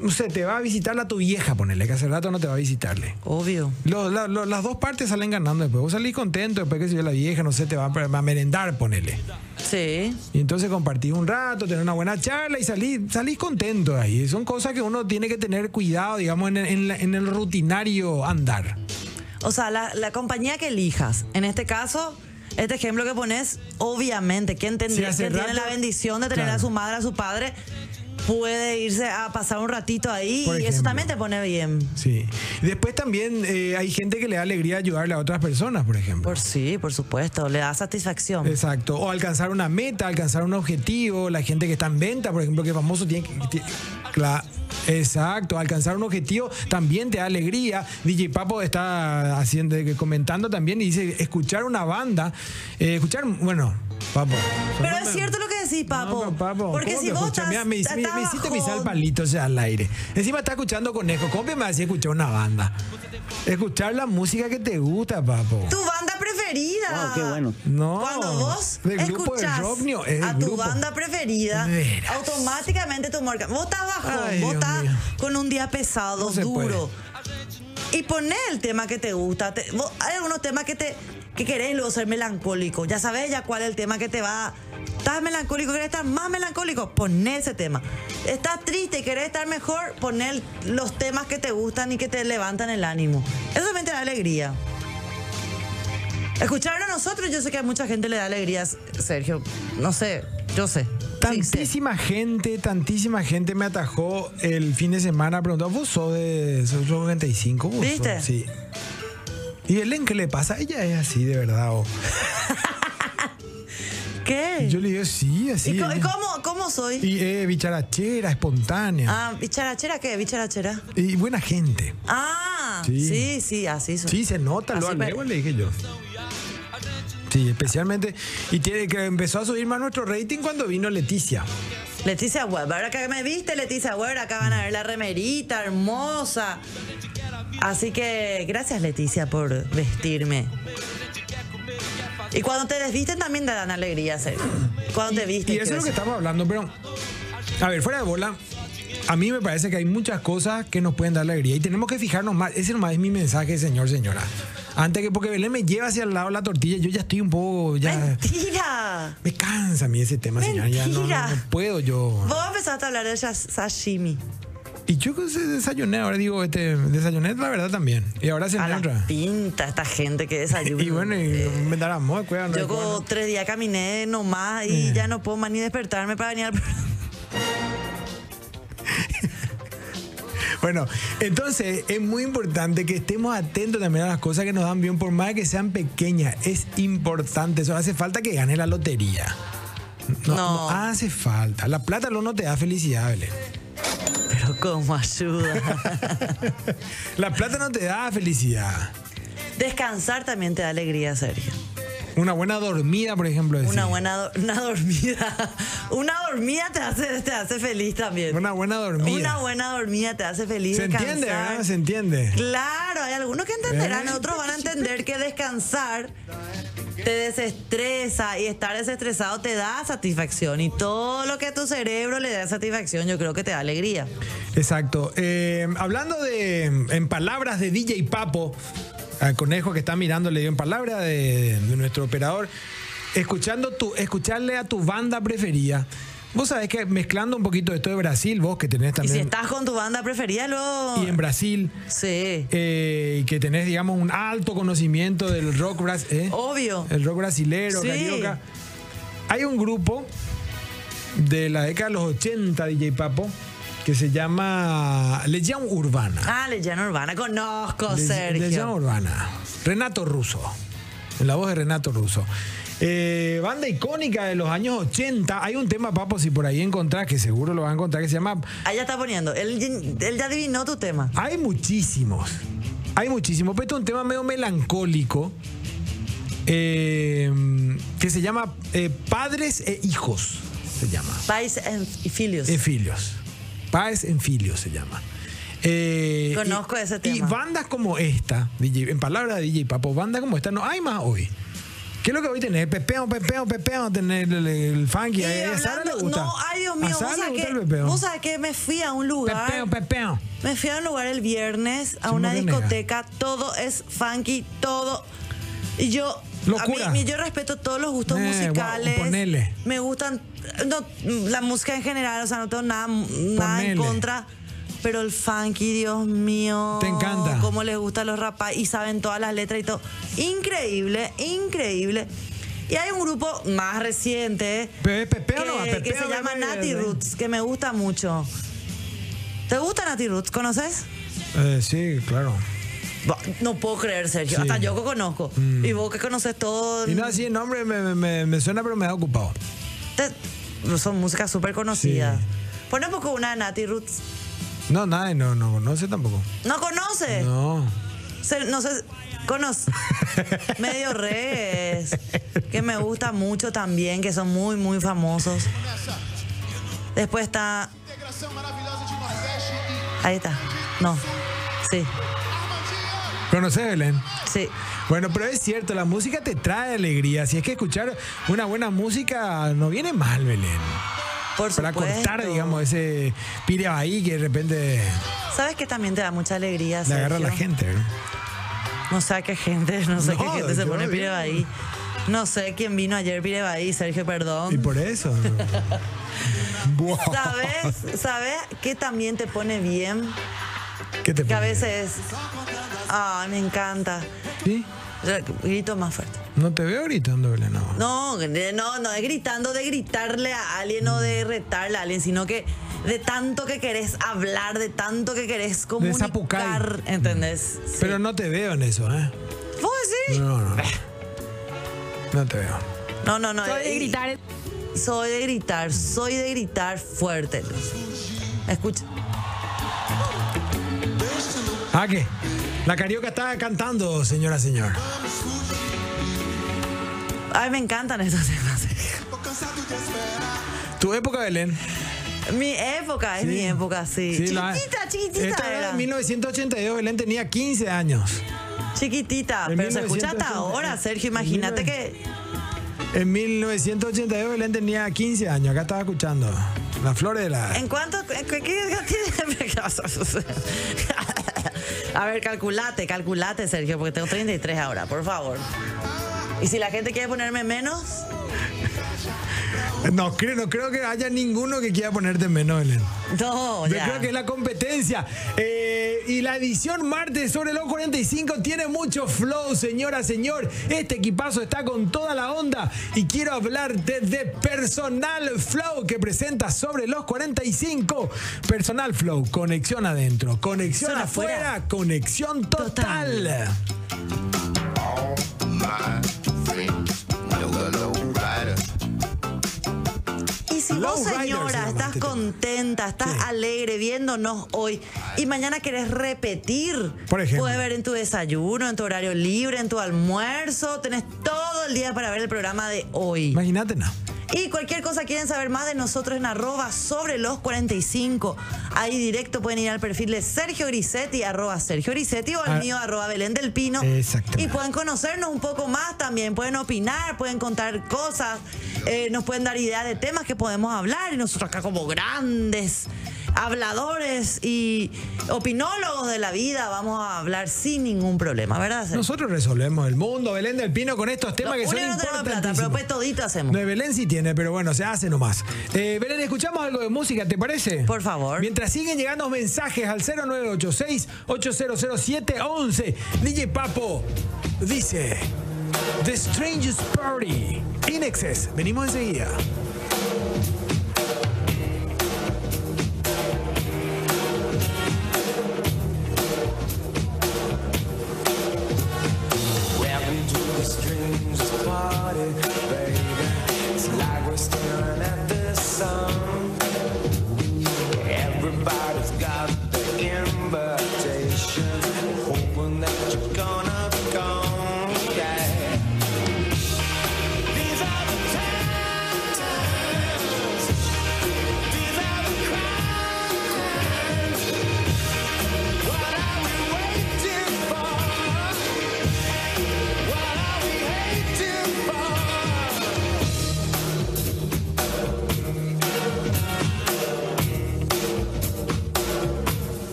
[SPEAKER 2] No sé, te va a visitar la tu vieja, ponele, que hace rato no te va a visitarle.
[SPEAKER 1] Obvio.
[SPEAKER 2] Lo- la- lo- las dos partes salen ganando después. Vos salís contento, después que se yo la vieja, no sé, te va a, va a merendar, ponele.
[SPEAKER 1] Sí.
[SPEAKER 2] Y entonces compartís un rato, tenés una buena charla y salís, salís contento de ahí. Son cosas que uno tiene que tener cuidado, digamos, en, el- en la- en el rutinario andar.
[SPEAKER 1] O sea, la, la compañía que elijas. En este caso, este ejemplo que pones, obviamente, quien
[SPEAKER 2] Sí,
[SPEAKER 1] tendría
[SPEAKER 2] hace
[SPEAKER 1] que tiene
[SPEAKER 2] rato-
[SPEAKER 1] la bendición de tener
[SPEAKER 2] Claro.
[SPEAKER 1] a su madre, a su padre, puede irse a pasar un ratito ahí
[SPEAKER 2] Por
[SPEAKER 1] y eso
[SPEAKER 2] ejemplo.
[SPEAKER 1] también te pone bien.
[SPEAKER 2] Sí. Después también eh, hay gente que le da alegría ayudarle a otras personas, por ejemplo.
[SPEAKER 1] Por sí, por supuesto, le da satisfacción.
[SPEAKER 2] Exacto. O alcanzar una meta, alcanzar un objetivo. La gente que está en venta, por ejemplo, que es famoso, tiene que. ti- cla- Exacto, alcanzar un objetivo también te da alegría. DJ Papo está haciendo, comentando también y dice, escuchar una banda, eh, escuchar, bueno, Papo.
[SPEAKER 1] Pero
[SPEAKER 2] no
[SPEAKER 1] es
[SPEAKER 2] me-
[SPEAKER 1] cierto lo que decís, papo.
[SPEAKER 2] no, papo,
[SPEAKER 1] Porque
[SPEAKER 2] ¿cómo
[SPEAKER 1] si
[SPEAKER 2] que
[SPEAKER 1] vos
[SPEAKER 2] escuchar?
[SPEAKER 1] estás,
[SPEAKER 2] Mira, me, hice- me- me
[SPEAKER 1] estás
[SPEAKER 2] hiciste pisar el
[SPEAKER 1] bajón,
[SPEAKER 2] palito ya al aire. Encima está escuchando conejo. ¿Cómo me hacía escuchar una banda? Escuchar la música que te gusta, papo.
[SPEAKER 1] Tu banda preferida.
[SPEAKER 5] Wow, qué bueno.
[SPEAKER 2] No.
[SPEAKER 1] Cuando vos
[SPEAKER 2] Del grupo de
[SPEAKER 1] escuchás
[SPEAKER 2] Rovnio, es
[SPEAKER 1] a
[SPEAKER 2] el
[SPEAKER 1] tu
[SPEAKER 2] grupo.
[SPEAKER 1] banda preferida,
[SPEAKER 2] Verás.
[SPEAKER 1] automáticamente tu marca. Vos estás bajón,
[SPEAKER 2] Ay,
[SPEAKER 1] vos
[SPEAKER 2] Dios
[SPEAKER 1] estás
[SPEAKER 2] mío.
[SPEAKER 1] con un día pesado,
[SPEAKER 2] No se
[SPEAKER 1] duro. Y poné el tema que te gusta. Te- vos- hay algunos temas que te que querés luego ser melancólico. Ya sabes ya cuál es el tema que te va. Estás melancólico, querés estar más melancólico, poné ese tema. Estás triste y querés estar mejor, poné el- los temas que te gustan y que te levantan el ánimo. Eso también te da alegría. Escucharlo a nosotros, yo sé que a mucha gente le da alegrías, Sergio. No sé, yo sé. Sí, sé.
[SPEAKER 2] Tantísima gente, tantísima gente me atajó el fin de semana preguntó, ¿vos sos de sos de 95? ¿Vos sos?"
[SPEAKER 1] ¿Viste?
[SPEAKER 2] Sí. ¿Y Belén qué le pasa? Ella es así, de verdad. o-
[SPEAKER 1] ¿Qué?
[SPEAKER 2] Y Yo le digo, sí, eh. así.
[SPEAKER 1] ¿Y, co- y
[SPEAKER 2] ella".
[SPEAKER 1] cómo, cómo soy?
[SPEAKER 2] Y eh, bicharachera, espontánea.
[SPEAKER 1] Ah, ¿bicharachera qué? ¿Bicharachera?
[SPEAKER 2] Y buena gente.
[SPEAKER 1] Ah,
[SPEAKER 2] Sí.
[SPEAKER 1] sí, sí, así soy.
[SPEAKER 2] Sí, se nota, lo
[SPEAKER 1] Así
[SPEAKER 2] al
[SPEAKER 1] pare-
[SPEAKER 2] Leo le dije yo. Sí, especialmente. Y tiene que empezó a subir más nuestro rating cuando vino Leticia.
[SPEAKER 1] Leticia Weber, ahora que me viste, Leticia Weber, acá van a ver la remerita hermosa. Así que gracias, Leticia, por vestirme. Y cuando te desvisten también te dan alegría, Sergio. Cuando te visten.
[SPEAKER 2] Y
[SPEAKER 1] quiero
[SPEAKER 2] eso es lo
[SPEAKER 1] decir.
[SPEAKER 2] que estamos hablando, pero. A ver, fuera de bola. A mí me parece que hay muchas cosas que nos pueden dar alegría y tenemos que fijarnos más. Ese nomás es mi mensaje, señor, señora. Antes que porque Belén me lleva hacia el lado la tortilla, yo ya estoy un poco. ya
[SPEAKER 1] ¡Mentira!
[SPEAKER 2] Me cansa a mí ese tema, señora. Ya no, no-
[SPEAKER 1] Mentira.
[SPEAKER 2] no puedo yo.
[SPEAKER 1] Vos empezaste a hablar de sas- sashimi.
[SPEAKER 2] Y yo que se desayuné, ahora digo, este, desayuné la verdad también. Y ahora se
[SPEAKER 1] A la
[SPEAKER 2] otra.
[SPEAKER 1] pinta esta gente que desayuna.
[SPEAKER 2] Y bueno, y me Eh. dará moda, cueva, no hay
[SPEAKER 1] eh, Yo
[SPEAKER 2] cueva,
[SPEAKER 1] como
[SPEAKER 2] no.
[SPEAKER 1] tres días caminé nomás y ya no puedo más ni despertarme para venir al programa.
[SPEAKER 2] Bueno, entonces es muy importante que estemos atentos también a las cosas que nos dan bien, por más que sean pequeñas. Es importante, eso hace falta que gane la lotería.
[SPEAKER 1] No.
[SPEAKER 2] No, no hace falta. La plata no, no te da felicidad, Belén.
[SPEAKER 1] Pero cómo ayuda.
[SPEAKER 2] La plata no te da felicidad.
[SPEAKER 1] Descansar también te da alegría, Sergio.
[SPEAKER 2] Una buena dormida, por ejemplo. decís.
[SPEAKER 1] Una buena do- una dormida. Una dormida te hace, te hace feliz también.
[SPEAKER 2] Una buena dormida.
[SPEAKER 1] Una buena dormida te hace feliz.
[SPEAKER 2] Se entiende,
[SPEAKER 1] descansar.
[SPEAKER 2] ¿verdad? Se entiende.
[SPEAKER 1] Claro, hay algunos que entenderán, otros van a entender que descansar te desestresa y estar desestresado te da satisfacción y todo lo que a tu cerebro le da satisfacción yo creo que te da alegría.
[SPEAKER 2] Exacto. Eh, hablando de, en palabras de DJ Papo, al conejo que está mirando le dio en palabra de, de nuestro operador, escuchando tu, escucharle a tu banda preferida. Vos sabés que mezclando un poquito esto de Brasil, vos que
[SPEAKER 1] Y
[SPEAKER 2] tenés
[SPEAKER 1] si
[SPEAKER 2] también...
[SPEAKER 1] estás con tu banda preferida, luego...
[SPEAKER 2] y en Brasil,
[SPEAKER 1] Sí,
[SPEAKER 2] eh, y que tenés, digamos, un alto conocimiento del rock, bras- ¿eh?
[SPEAKER 1] obvio.
[SPEAKER 2] el rock brasilero,
[SPEAKER 1] Oh. Sí.
[SPEAKER 2] carioca. Hay un grupo de la década de los 80, DJ Papo, que se llama Legión Urbana.
[SPEAKER 1] Ah, Leyenda Urbana, conozco,
[SPEAKER 2] Le-
[SPEAKER 1] Sergio.
[SPEAKER 2] Leyenda Urbana. Renato Russo. En la voz de Renato Russo. Eh, banda icónica de los años 80. Hay un tema, papo, si por ahí encontrás, que seguro lo vas a encontrar, que se llama.
[SPEAKER 1] Ah, ya está poniendo. Él, ya- él ya adivinó tu tema.
[SPEAKER 2] Hay muchísimos. Hay muchísimos. Pero este es un tema medio melancólico. eh, que se llama eh, Padres e Hijos. Se llama.
[SPEAKER 1] Pais en- y Filios.
[SPEAKER 2] En Filios. Paz en Filios se llama. Eh,
[SPEAKER 1] Conozco
[SPEAKER 2] y-
[SPEAKER 1] ese
[SPEAKER 2] Y
[SPEAKER 1] tema.
[SPEAKER 2] bandas como esta, DJ, en palabras de DJ Papo, bandas como esta no hay más hoy. ¿Qué es lo que hoy tenés? Pepeo, pepeo, pepeo, tener el, el funky.
[SPEAKER 1] Y
[SPEAKER 2] a- eh, a Sara le
[SPEAKER 1] hablando-
[SPEAKER 2] gusta.
[SPEAKER 1] no, ay Dios
[SPEAKER 2] A
[SPEAKER 1] mío,
[SPEAKER 2] Sara
[SPEAKER 1] vos
[SPEAKER 2] le
[SPEAKER 1] sabés
[SPEAKER 2] gusta
[SPEAKER 1] que,
[SPEAKER 2] el pepeo.
[SPEAKER 1] vos sabés que me fui a un lugar,
[SPEAKER 2] Pepeo, pepeo.
[SPEAKER 1] me fui a un lugar el viernes a
[SPEAKER 2] Sí,
[SPEAKER 1] una
[SPEAKER 2] no te nega.
[SPEAKER 1] discoteca, todo es funky, todo y yo
[SPEAKER 2] Locura.
[SPEAKER 1] A mí, yo respeto todos los gustos
[SPEAKER 2] Eh,
[SPEAKER 1] musicales.
[SPEAKER 2] guau, ponele.
[SPEAKER 1] Me gustan no, la música en general, o sea, no tengo nada, nada en
[SPEAKER 2] Ponele.
[SPEAKER 1] contra. Pero el funky, Dios mío.
[SPEAKER 2] Te encanta.
[SPEAKER 1] Cómo les gusta a los rapas y saben todas las letras y todo. Increíble, increíble. Y hay un grupo más reciente
[SPEAKER 2] Pero es pepeo,
[SPEAKER 1] que,
[SPEAKER 2] no,
[SPEAKER 1] que
[SPEAKER 2] pepeo,
[SPEAKER 1] se llama
[SPEAKER 2] bebé,
[SPEAKER 1] Natty
[SPEAKER 2] bebé.
[SPEAKER 1] Roots, que me gusta mucho. ¿Te gusta Natty Roots? ¿Conoces?
[SPEAKER 2] Eh, sí, claro.
[SPEAKER 1] Bah, No puedo creer, Sergio.
[SPEAKER 2] Sí. Mm.
[SPEAKER 1] Hasta yo que conozco. Y vos que conoces todo.
[SPEAKER 2] Y no así el nombre me, me- me- me suena, pero me da ocupado.
[SPEAKER 1] te- son músicas súper conocidas.
[SPEAKER 2] Sí.
[SPEAKER 1] Pon un poco una de Natty Roots.
[SPEAKER 2] No, nadie no, no conoce tampoco.
[SPEAKER 1] ¿No conoces? No,
[SPEAKER 2] No.
[SPEAKER 1] no sé. Conoces. Medio Reyes. Que me gusta mucho también, que son muy, muy famosos. Después está. Ahí está. No. Sí,
[SPEAKER 2] ¿Conoces, Belén?
[SPEAKER 1] sí.
[SPEAKER 2] Bueno, pero es cierto, la música te trae alegría. Si es que escuchar una buena música no viene mal, Belén.
[SPEAKER 1] Por
[SPEAKER 2] Para
[SPEAKER 1] supuesto.
[SPEAKER 2] cortar, digamos, ese pire ahí que de repente
[SPEAKER 1] ¿Sabes que también te da mucha alegría?
[SPEAKER 2] le agarra a la
[SPEAKER 1] Sergio?
[SPEAKER 2] gente. ¿no?
[SPEAKER 1] No sé a qué gente, no sé
[SPEAKER 2] No,
[SPEAKER 1] qué gente se
[SPEAKER 2] yo
[SPEAKER 1] pone
[SPEAKER 2] digo.
[SPEAKER 1] Pirebaí. No sé quién vino ayer Pirebaí, Sergio,
[SPEAKER 2] Y
[SPEAKER 1] perdón.
[SPEAKER 2] por eso. Wow.
[SPEAKER 1] ¿Sabes? ¿Sabes qué también te pone bien?
[SPEAKER 2] ¿Qué te
[SPEAKER 1] Que a
[SPEAKER 2] pone?
[SPEAKER 1] veces. Ay, ah, me encanta.
[SPEAKER 2] ¿Sí?
[SPEAKER 1] Grito más fuerte.
[SPEAKER 2] No te veo gritando, Belén. No.
[SPEAKER 1] No, de- no, no es gritando de gritarle a alguien o de retarle a alguien, sino que de tanto que querés hablar, de tanto que querés comunicar,
[SPEAKER 2] sapucay.
[SPEAKER 1] ¿entendés? Sí.
[SPEAKER 2] Pero no te veo en eso, ¿eh?
[SPEAKER 1] ¿Vos decís?
[SPEAKER 2] No, no. No te veo.
[SPEAKER 1] No, no, no.
[SPEAKER 3] Soy de
[SPEAKER 1] y-
[SPEAKER 3] gritar.
[SPEAKER 1] Soy de gritar, soy de gritar fuerte. Escucha.
[SPEAKER 2] Ah, ¿qué? La carioca está cantando, señora, señor.
[SPEAKER 1] Ay, me encantan estos temas.
[SPEAKER 2] Tu época, Belén.
[SPEAKER 1] Mi época, es mi época, sí.
[SPEAKER 2] Sí, la-
[SPEAKER 1] chiquitita, chiquitita.
[SPEAKER 2] Esta era
[SPEAKER 1] era.
[SPEAKER 2] de 1982, Belén tenía 15 años.
[SPEAKER 1] Chiquitita,
[SPEAKER 2] En
[SPEAKER 1] pero se escucha hasta
[SPEAKER 2] 1980,
[SPEAKER 1] ahora,
[SPEAKER 2] en
[SPEAKER 1] Sergio. Imagínate que.
[SPEAKER 2] En 1982 Belén tenía 15 años, acá estaba escuchando. Las flores de la...
[SPEAKER 1] ¿En cuánto? ¿Qué qué- qué- A ver, calculate, calculate, Sergio, porque tengo 33 ahora, por favor. Y si la gente quiere ponerme menos,
[SPEAKER 2] No creo, no creo que haya ninguno que quiera ponerte menos, Belén.
[SPEAKER 1] no,
[SPEAKER 2] Yo
[SPEAKER 1] ya.
[SPEAKER 2] creo que es la competencia. Eh, y la edición martes sobre los 45 tiene mucho flow, señora, señor. Este equipazo está con toda la onda. Y quiero hablar de, de Personal Flow que presenta sobre los 45. Personal Flow, conexión adentro, conexión
[SPEAKER 1] Zona
[SPEAKER 2] afuera,
[SPEAKER 1] afuera.
[SPEAKER 2] conexión total.
[SPEAKER 1] Total.
[SPEAKER 5] my friends, no low rider.
[SPEAKER 1] Y si vos,
[SPEAKER 2] Low rider se
[SPEAKER 1] señora,
[SPEAKER 2] llama
[SPEAKER 1] estás
[SPEAKER 2] este tema.
[SPEAKER 1] contenta, estás
[SPEAKER 2] Sí.
[SPEAKER 1] alegre viéndonos hoy y mañana querés repetir,
[SPEAKER 2] Por ejemplo.
[SPEAKER 1] puedes ver en tu desayuno, en tu horario libre, en tu almuerzo, tenés todo el día para ver el programa de hoy.
[SPEAKER 2] Imagínate, no.
[SPEAKER 1] Y cualquier cosa quieren saber más de nosotros en arroba sobre los 45. Ahí directo pueden ir al perfil de Sergio Grisetti, arroba Sergio Grisetti o al
[SPEAKER 2] Ah.
[SPEAKER 1] mío, arroba Belén del Pino.
[SPEAKER 2] Exactamente.
[SPEAKER 1] Y pueden conocernos un poco más también, pueden opinar, pueden contar cosas, eh, nos pueden dar ideas de temas que podemos hablar y nosotros acá como grandes habladores y opinólogos de la vida vamos a hablar sin ningún problema, ¿verdad? Sergio?
[SPEAKER 2] Nosotros resolvemos el mundo, Belén del Pino, con estos temas que
[SPEAKER 1] Lo
[SPEAKER 2] son
[SPEAKER 1] único no tenemos plata, pero después
[SPEAKER 2] importantes.
[SPEAKER 1] todito hacemos.
[SPEAKER 2] No, Belén sí tiene, pero bueno, se hace nomás. Eh, Belén, escuchamos algo de música, ¿te parece?
[SPEAKER 1] Por favor.
[SPEAKER 2] Mientras siguen llegando mensajes al 0986-800711, DJ Papo dice: The Strangest Party, In Excess. Venimos enseguida.
[SPEAKER 6] Welcome to the strangest party, baby. It's like we're staring at the sun. Everybody's got the invitation, hoping that you're gonna come. Yeah. These are the times. These are the crimes. What are we waiting for? What are we hating for?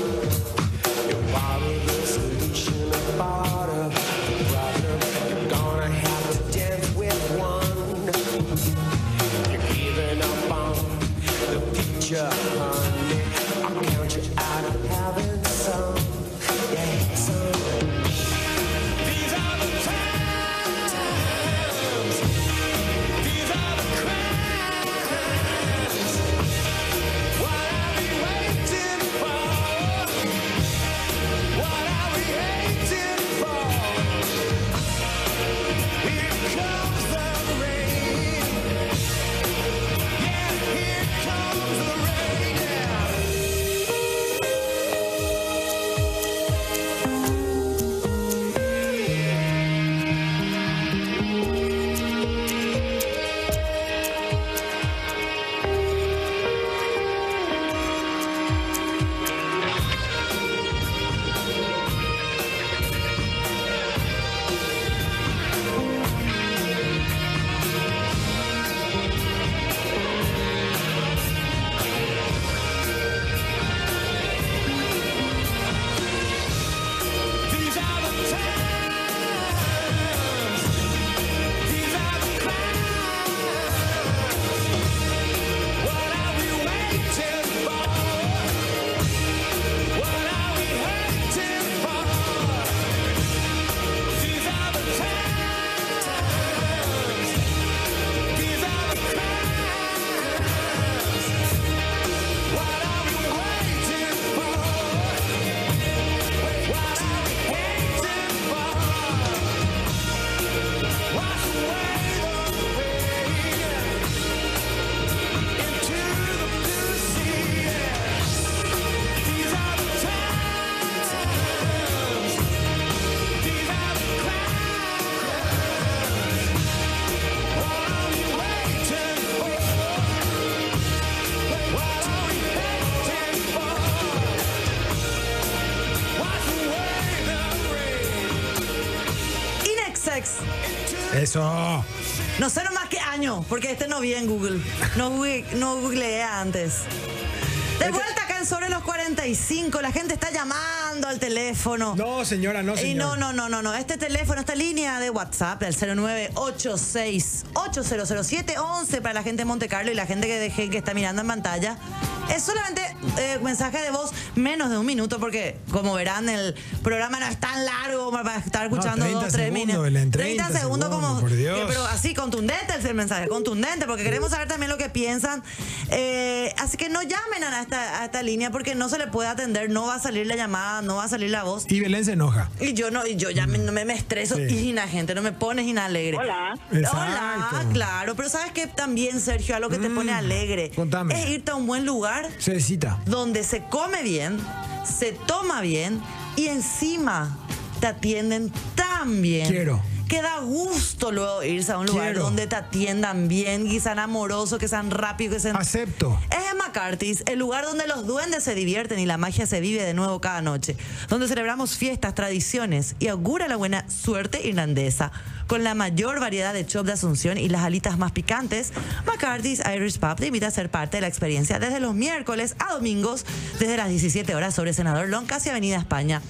[SPEAKER 6] You're part of the solution, a part of the problem. You're gonna have to dance with one. You're giving up on the picture, honey. I'll count you out of having some. Yeah, some. These are the times. These are the crimes. What are we waiting for? What are we hating for? Here comes the rain. Yeah, here comes the rain. Yeah. These are the times. These are the crimes. What are we waiting for? What are we waiting for? These are the times. These are the crimes. What are we waiting for? What are we waiting for? Wash away the rain into the blue sea. These are the times. These are the crimes. What are we waiting for? What are we waiting for? Wash away the rain.
[SPEAKER 1] Inexex.
[SPEAKER 2] Eso.
[SPEAKER 1] No sé nomás qué año, porque este no vi en Google. No, google- no googleé antes. De vuelta acá en Sobre los 45. La gente está llamando al teléfono.
[SPEAKER 2] No, señora, no, señor.
[SPEAKER 1] Y Eh, no, no, no, no, no. Este teléfono, esta línea de WhatsApp, el 0986-800711 para la gente de Monte Carlo y la gente que dejé que está mirando en pantalla. Es solamente eh, mensaje de voz menos de un minuto porque, como verán, el programa no es tan largo para estar escuchando
[SPEAKER 2] 30
[SPEAKER 1] dos, tres
[SPEAKER 2] segundos,
[SPEAKER 1] minutos.
[SPEAKER 2] Belén,
[SPEAKER 1] 30,
[SPEAKER 2] 30
[SPEAKER 1] segundos como...
[SPEAKER 2] segundos, por Dios.
[SPEAKER 1] que, pero así, contundente es el mensaje, contundente, porque queremos saber también lo que piensan. Eh, así que no llamen a esta, a esta línea porque no se le puede atender, no va a salir la llamada, no va a salir la voz.
[SPEAKER 2] Y Belén se enoja.
[SPEAKER 1] Y yo no, y yo ya me, no me, me estreso
[SPEAKER 2] Sí.
[SPEAKER 1] y na gente, no me pones inalegre.
[SPEAKER 7] Hola.
[SPEAKER 2] Exacto. Mm,
[SPEAKER 1] Hola, claro. Pero sabes que también, Sergio, algo que te pone alegre
[SPEAKER 2] contame.
[SPEAKER 1] es irte a un buen lugar
[SPEAKER 2] Se cita.
[SPEAKER 1] donde se come bien, se toma bien y encima te atienden tan bien.
[SPEAKER 2] Quiero.
[SPEAKER 1] que da gusto luego irse a un lugar
[SPEAKER 2] Quiero.
[SPEAKER 1] donde te atiendan bien, que sean amorosos, que sean rápidos, que sean...
[SPEAKER 2] Acepto.
[SPEAKER 1] Es en McCarthy's, el lugar donde los duendes se divierten y la magia se vive de nuevo cada noche, donde celebramos fiestas, tradiciones y augura la buena suerte irlandesa. Con la mayor variedad de chop de Asunción y las alitas más picantes, McCarthy's Irish Pub te invita a ser parte de la experiencia desde los miércoles a domingos, desde las 17 horas sobre Senador Long, casi Avenida España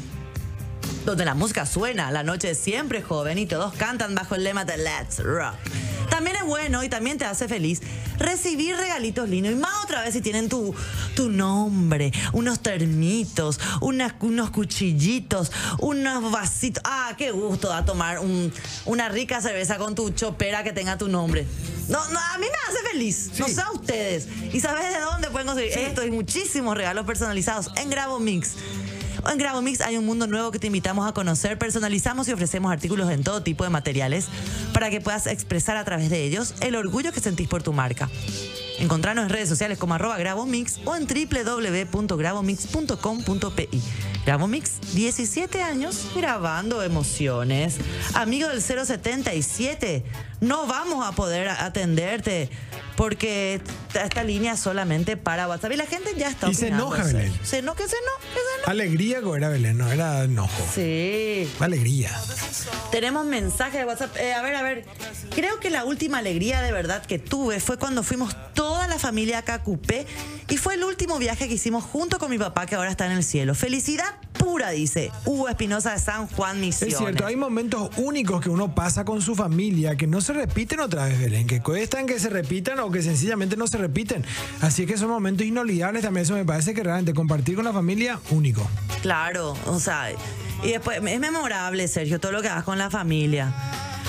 [SPEAKER 1] donde la música suena, la noche es siempre joven y todos cantan bajo el lema de Let's Rock. También es bueno y también te hace feliz recibir regalitos lindos y más otra vez si tienen tu, tu nombre, unos termitos, unas- unos cuchillitos, unos vasitos. Ah, qué gusto da tomar un- una rica cerveza con tu chopera que tenga tu nombre. No, no, a mí me hace feliz, no sé a ustedes. ¿Y sabes de dónde pueden conseguir esto y muchísimos regalos personalizados en Grabo Mix? En Gravomix hay un mundo nuevo que te invitamos a conocer. Personalizamos y ofrecemos artículos en todo tipo de materiales para que puedas expresar a través de ellos el orgullo que sentís por tu marca. Encontranos en redes sociales como arroba Gravomix o en www.gravomix.com.pi. Gravomix, 17 años grabando emociones. Amigo del 077, no vamos a poder a- atenderte porque esta- esta línea es solamente para WhatsApp y la gente ya está
[SPEAKER 2] Y se
[SPEAKER 1] opinando.
[SPEAKER 2] enoja, Belén.
[SPEAKER 1] Se eno- que se eno- que se eno-
[SPEAKER 2] Alegría que era Belén, no era enojo.
[SPEAKER 1] Sí.
[SPEAKER 2] Alegría.
[SPEAKER 1] Tenemos mensaje de WhatsApp. Eh, a ver, a ver. Creo que la última alegría de verdad que tuve fue cuando fuimos toda la familia a Cacupé y fue el último viaje que hicimos junto con mi papá que ahora está en el cielo. Felicidad pura, dice Hugo Espinosa de San Juan Misiones.
[SPEAKER 2] Es cierto, hay momentos únicos que uno pasa con su familia que no se repiten otra vez, Belén, que cuestan que se repitan o que sencillamente no se repiten. Así que son momentos inolvidables también. Eso me parece que realmente compartir con la familia, único.
[SPEAKER 1] Claro, o sea, y después es memorable, Sergio, todo lo que hagas con la familia.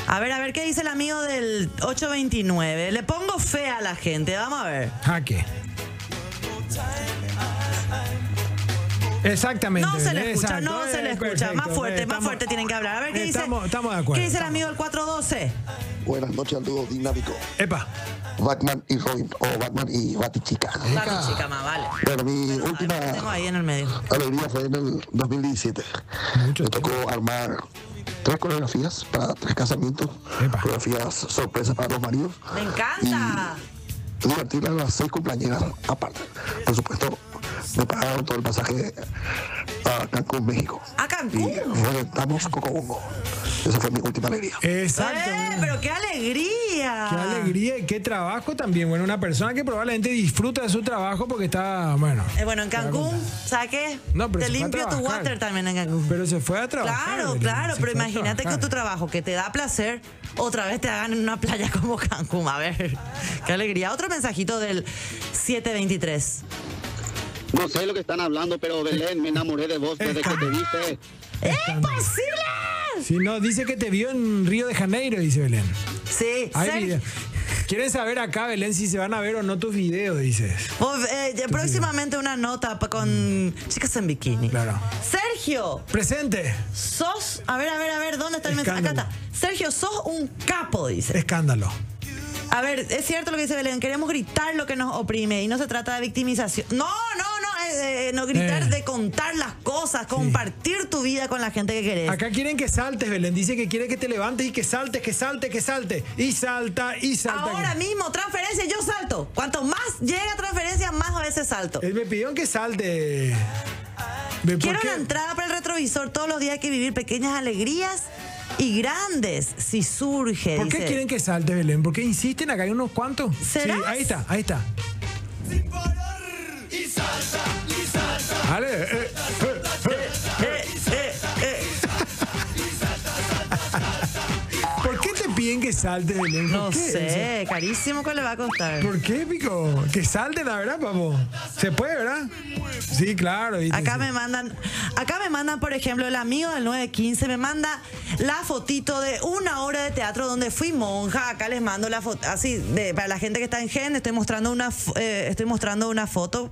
[SPEAKER 1] A ver, a ver qué dice el amigo del 829. Le pongo fe a la gente, vamos a ver.
[SPEAKER 2] Jaque. Exactamente.
[SPEAKER 1] No se
[SPEAKER 2] Belén,
[SPEAKER 1] le escucha,
[SPEAKER 2] exacto.
[SPEAKER 1] no se le
[SPEAKER 2] Eh,
[SPEAKER 1] escucha. Más
[SPEAKER 2] perfecto,
[SPEAKER 1] fuerte,
[SPEAKER 2] eh,
[SPEAKER 1] más
[SPEAKER 2] estamos-
[SPEAKER 1] fuerte tienen que hablar. A ver qué dice.
[SPEAKER 2] Estamos- estamos de acuerdo,
[SPEAKER 1] ¿Qué dice el
[SPEAKER 2] estamos-
[SPEAKER 1] amigo del 412?
[SPEAKER 7] Buenas noches al dúo dinámico
[SPEAKER 2] Epa.
[SPEAKER 7] Batman y Robin o Batman y Batichica.
[SPEAKER 1] Vamos, chica, más vale.
[SPEAKER 7] Bueno, mi última
[SPEAKER 1] Lo Tengo ahí en el medio.
[SPEAKER 7] alegría fue en el 2017.
[SPEAKER 2] Mucho
[SPEAKER 7] Me tocó armar tres coreografías para tres casamientos,
[SPEAKER 2] Epa.
[SPEAKER 7] coreografías sorpresas para los maridos
[SPEAKER 1] ¡Me encanta!
[SPEAKER 7] y divertir a las seis compañeras aparte. Por supuesto, me pagaron todo el pasaje a Cancún, México.
[SPEAKER 1] ¿A Cancún?
[SPEAKER 7] Y reventamos Cocobongo. Esa fue mi última alegría.
[SPEAKER 2] Exacto.
[SPEAKER 1] ¡Eh,
[SPEAKER 2] mira.
[SPEAKER 1] pero qué alegría!
[SPEAKER 2] Qué alegría y qué trabajo también. Bueno, una persona que probablemente disfruta de su trabajo porque está, bueno.
[SPEAKER 1] Eh, bueno, en Cancún, ¿sabes qué?
[SPEAKER 2] No,
[SPEAKER 1] Te
[SPEAKER 2] pero se fue a
[SPEAKER 1] limpio tu
[SPEAKER 2] trabajar.
[SPEAKER 1] water también en Cancún.
[SPEAKER 2] Pero se fue a trabajar.
[SPEAKER 1] Claro,
[SPEAKER 2] Belén,
[SPEAKER 1] claro,
[SPEAKER 2] se
[SPEAKER 1] pero
[SPEAKER 2] fue a
[SPEAKER 1] imagínate que
[SPEAKER 2] trabajar.
[SPEAKER 1] tu trabajo que te da placer, otra vez te hagan en una playa como Cancún. A ver, qué alegría. Otro mensajito del 723.
[SPEAKER 8] No sé lo que están hablando, pero Belén, me enamoré de vos desde que te viste.
[SPEAKER 1] ¡Imposible!
[SPEAKER 2] Si no, dice que te vio en Río de Janeiro, dice Belén.
[SPEAKER 1] Sí,
[SPEAKER 2] Hay
[SPEAKER 1] Sergio.
[SPEAKER 2] video. Quieren saber acá, Belén, si se van a ver o no tus videos, dices.
[SPEAKER 1] Vos, eh, ya próximamente una nota pa- con chicas en bikini.
[SPEAKER 2] Mm. Claro.
[SPEAKER 1] Sergio,
[SPEAKER 2] Presente.
[SPEAKER 1] sos. A ver, a ver, a ver, ¿dónde está el mensaje? Acá está.
[SPEAKER 2] Escándalo.
[SPEAKER 1] Sergio, sos un capo, dice.
[SPEAKER 2] Escándalo.
[SPEAKER 1] A ver, es cierto lo que dice Belén, queremos gritar lo que nos oprime y no se trata de victimización. No, no, no, eh, eh, no gritar
[SPEAKER 2] Eh.
[SPEAKER 1] de contar las cosas, compartir tu vida con la gente que querés.
[SPEAKER 2] Acá quieren que saltes, Belén. Dice que quiere que te levantes y que saltes, que saltes, que saltes. Y salta, y salta.
[SPEAKER 1] Ahora mismo, transferencia, yo salto. Cuanto más llega transferencia, más a veces salto.
[SPEAKER 2] Él me pidió que salte. Ve, ¿por
[SPEAKER 1] Quiero
[SPEAKER 2] qué?
[SPEAKER 1] una entrada para el retrovisor. Todos los días hay que vivir pequeñas alegrías y grandes si surge.
[SPEAKER 2] ¿Por qué
[SPEAKER 1] dice.
[SPEAKER 2] quieren que salte, Belén? ¿Por qué insisten acá? ¿Hay unos cuantos?
[SPEAKER 1] ¿Serás?
[SPEAKER 2] Sí, ahí está, ahí está. Dale, eh, eh, eh.
[SPEAKER 1] Eh, eh, eh.
[SPEAKER 2] ¿Por qué te piden que saltes, Belén? ¿Por
[SPEAKER 1] No
[SPEAKER 2] qué?
[SPEAKER 1] sé, carísimo que le va a costar.
[SPEAKER 2] ¿Por qué, Pico? Que salten, la verdad, papo. Se puede, ¿verdad? Sí, claro. y-
[SPEAKER 1] Acá me mandan, acá me mandan, por ejemplo, el amigo del 915 me manda la fotito de una hora de teatro donde fui monja. Acá les mando la foto, así de- para la gente que está en Gen, estoy mostrando una, fo- eh, estoy mostrando una foto.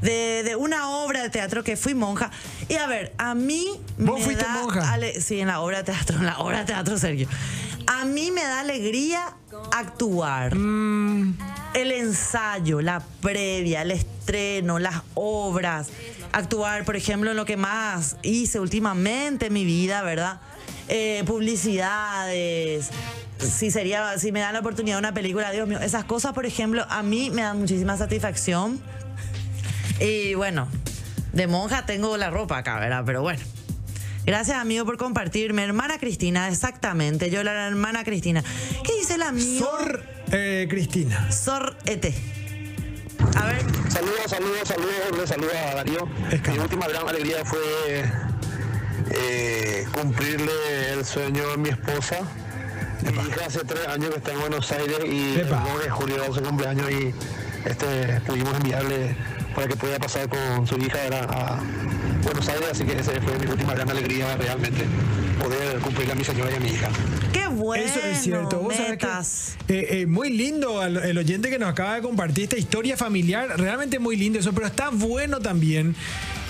[SPEAKER 1] De, de una obra de teatro que fui monja. Y a ver, a mí
[SPEAKER 2] ¿Vos
[SPEAKER 1] me
[SPEAKER 2] fuiste
[SPEAKER 1] da
[SPEAKER 2] monja?
[SPEAKER 1] ale- sí, en la obra de teatro, en la obra de teatro, Sergio. A mí me da alegría actuar.
[SPEAKER 2] Mm.
[SPEAKER 1] El ensayo, la previa, el estreno, las obras, actuar, por ejemplo, en lo que más hice últimamente en mi vida, ¿verdad? eh, publicidades. Si sería, si me dan la oportunidad de una película, Dios mío, esas cosas, por ejemplo, a mí me dan muchísima satisfacción. Y bueno, de monja tengo la ropa acá, ¿verdad? Pero bueno. Gracias, amigo, por compartirme. Hermana Cristina, exactamente. Yo, la hermana Cristina. ¿Qué dice el amigo?
[SPEAKER 2] Sor eh, Cristina.
[SPEAKER 1] Sor ET. A ver,
[SPEAKER 9] Saludos, saludos, saludos, le saludo a Darío. Mi última gran alegría fue eh, cumplirle el sueño a mi esposa. Mi hija hace tres años que está en Buenos Aires y
[SPEAKER 2] Epa.
[SPEAKER 9] el 9 de julio era su cumpleaños y este, pudimos enviarle para que pudiera pasar con su hija era a Buenos Aires, así que esa fue mi última gran alegría realmente, poder cumplirle a mi señora y a mi hija.
[SPEAKER 1] qué bueno.
[SPEAKER 2] Eso es cierto. Vos sabés que,
[SPEAKER 1] metas.
[SPEAKER 2] eh, eh, muy lindo al- el oyente que nos acaba de compartir esta historia familiar. Realmente muy lindo eso, pero está bueno también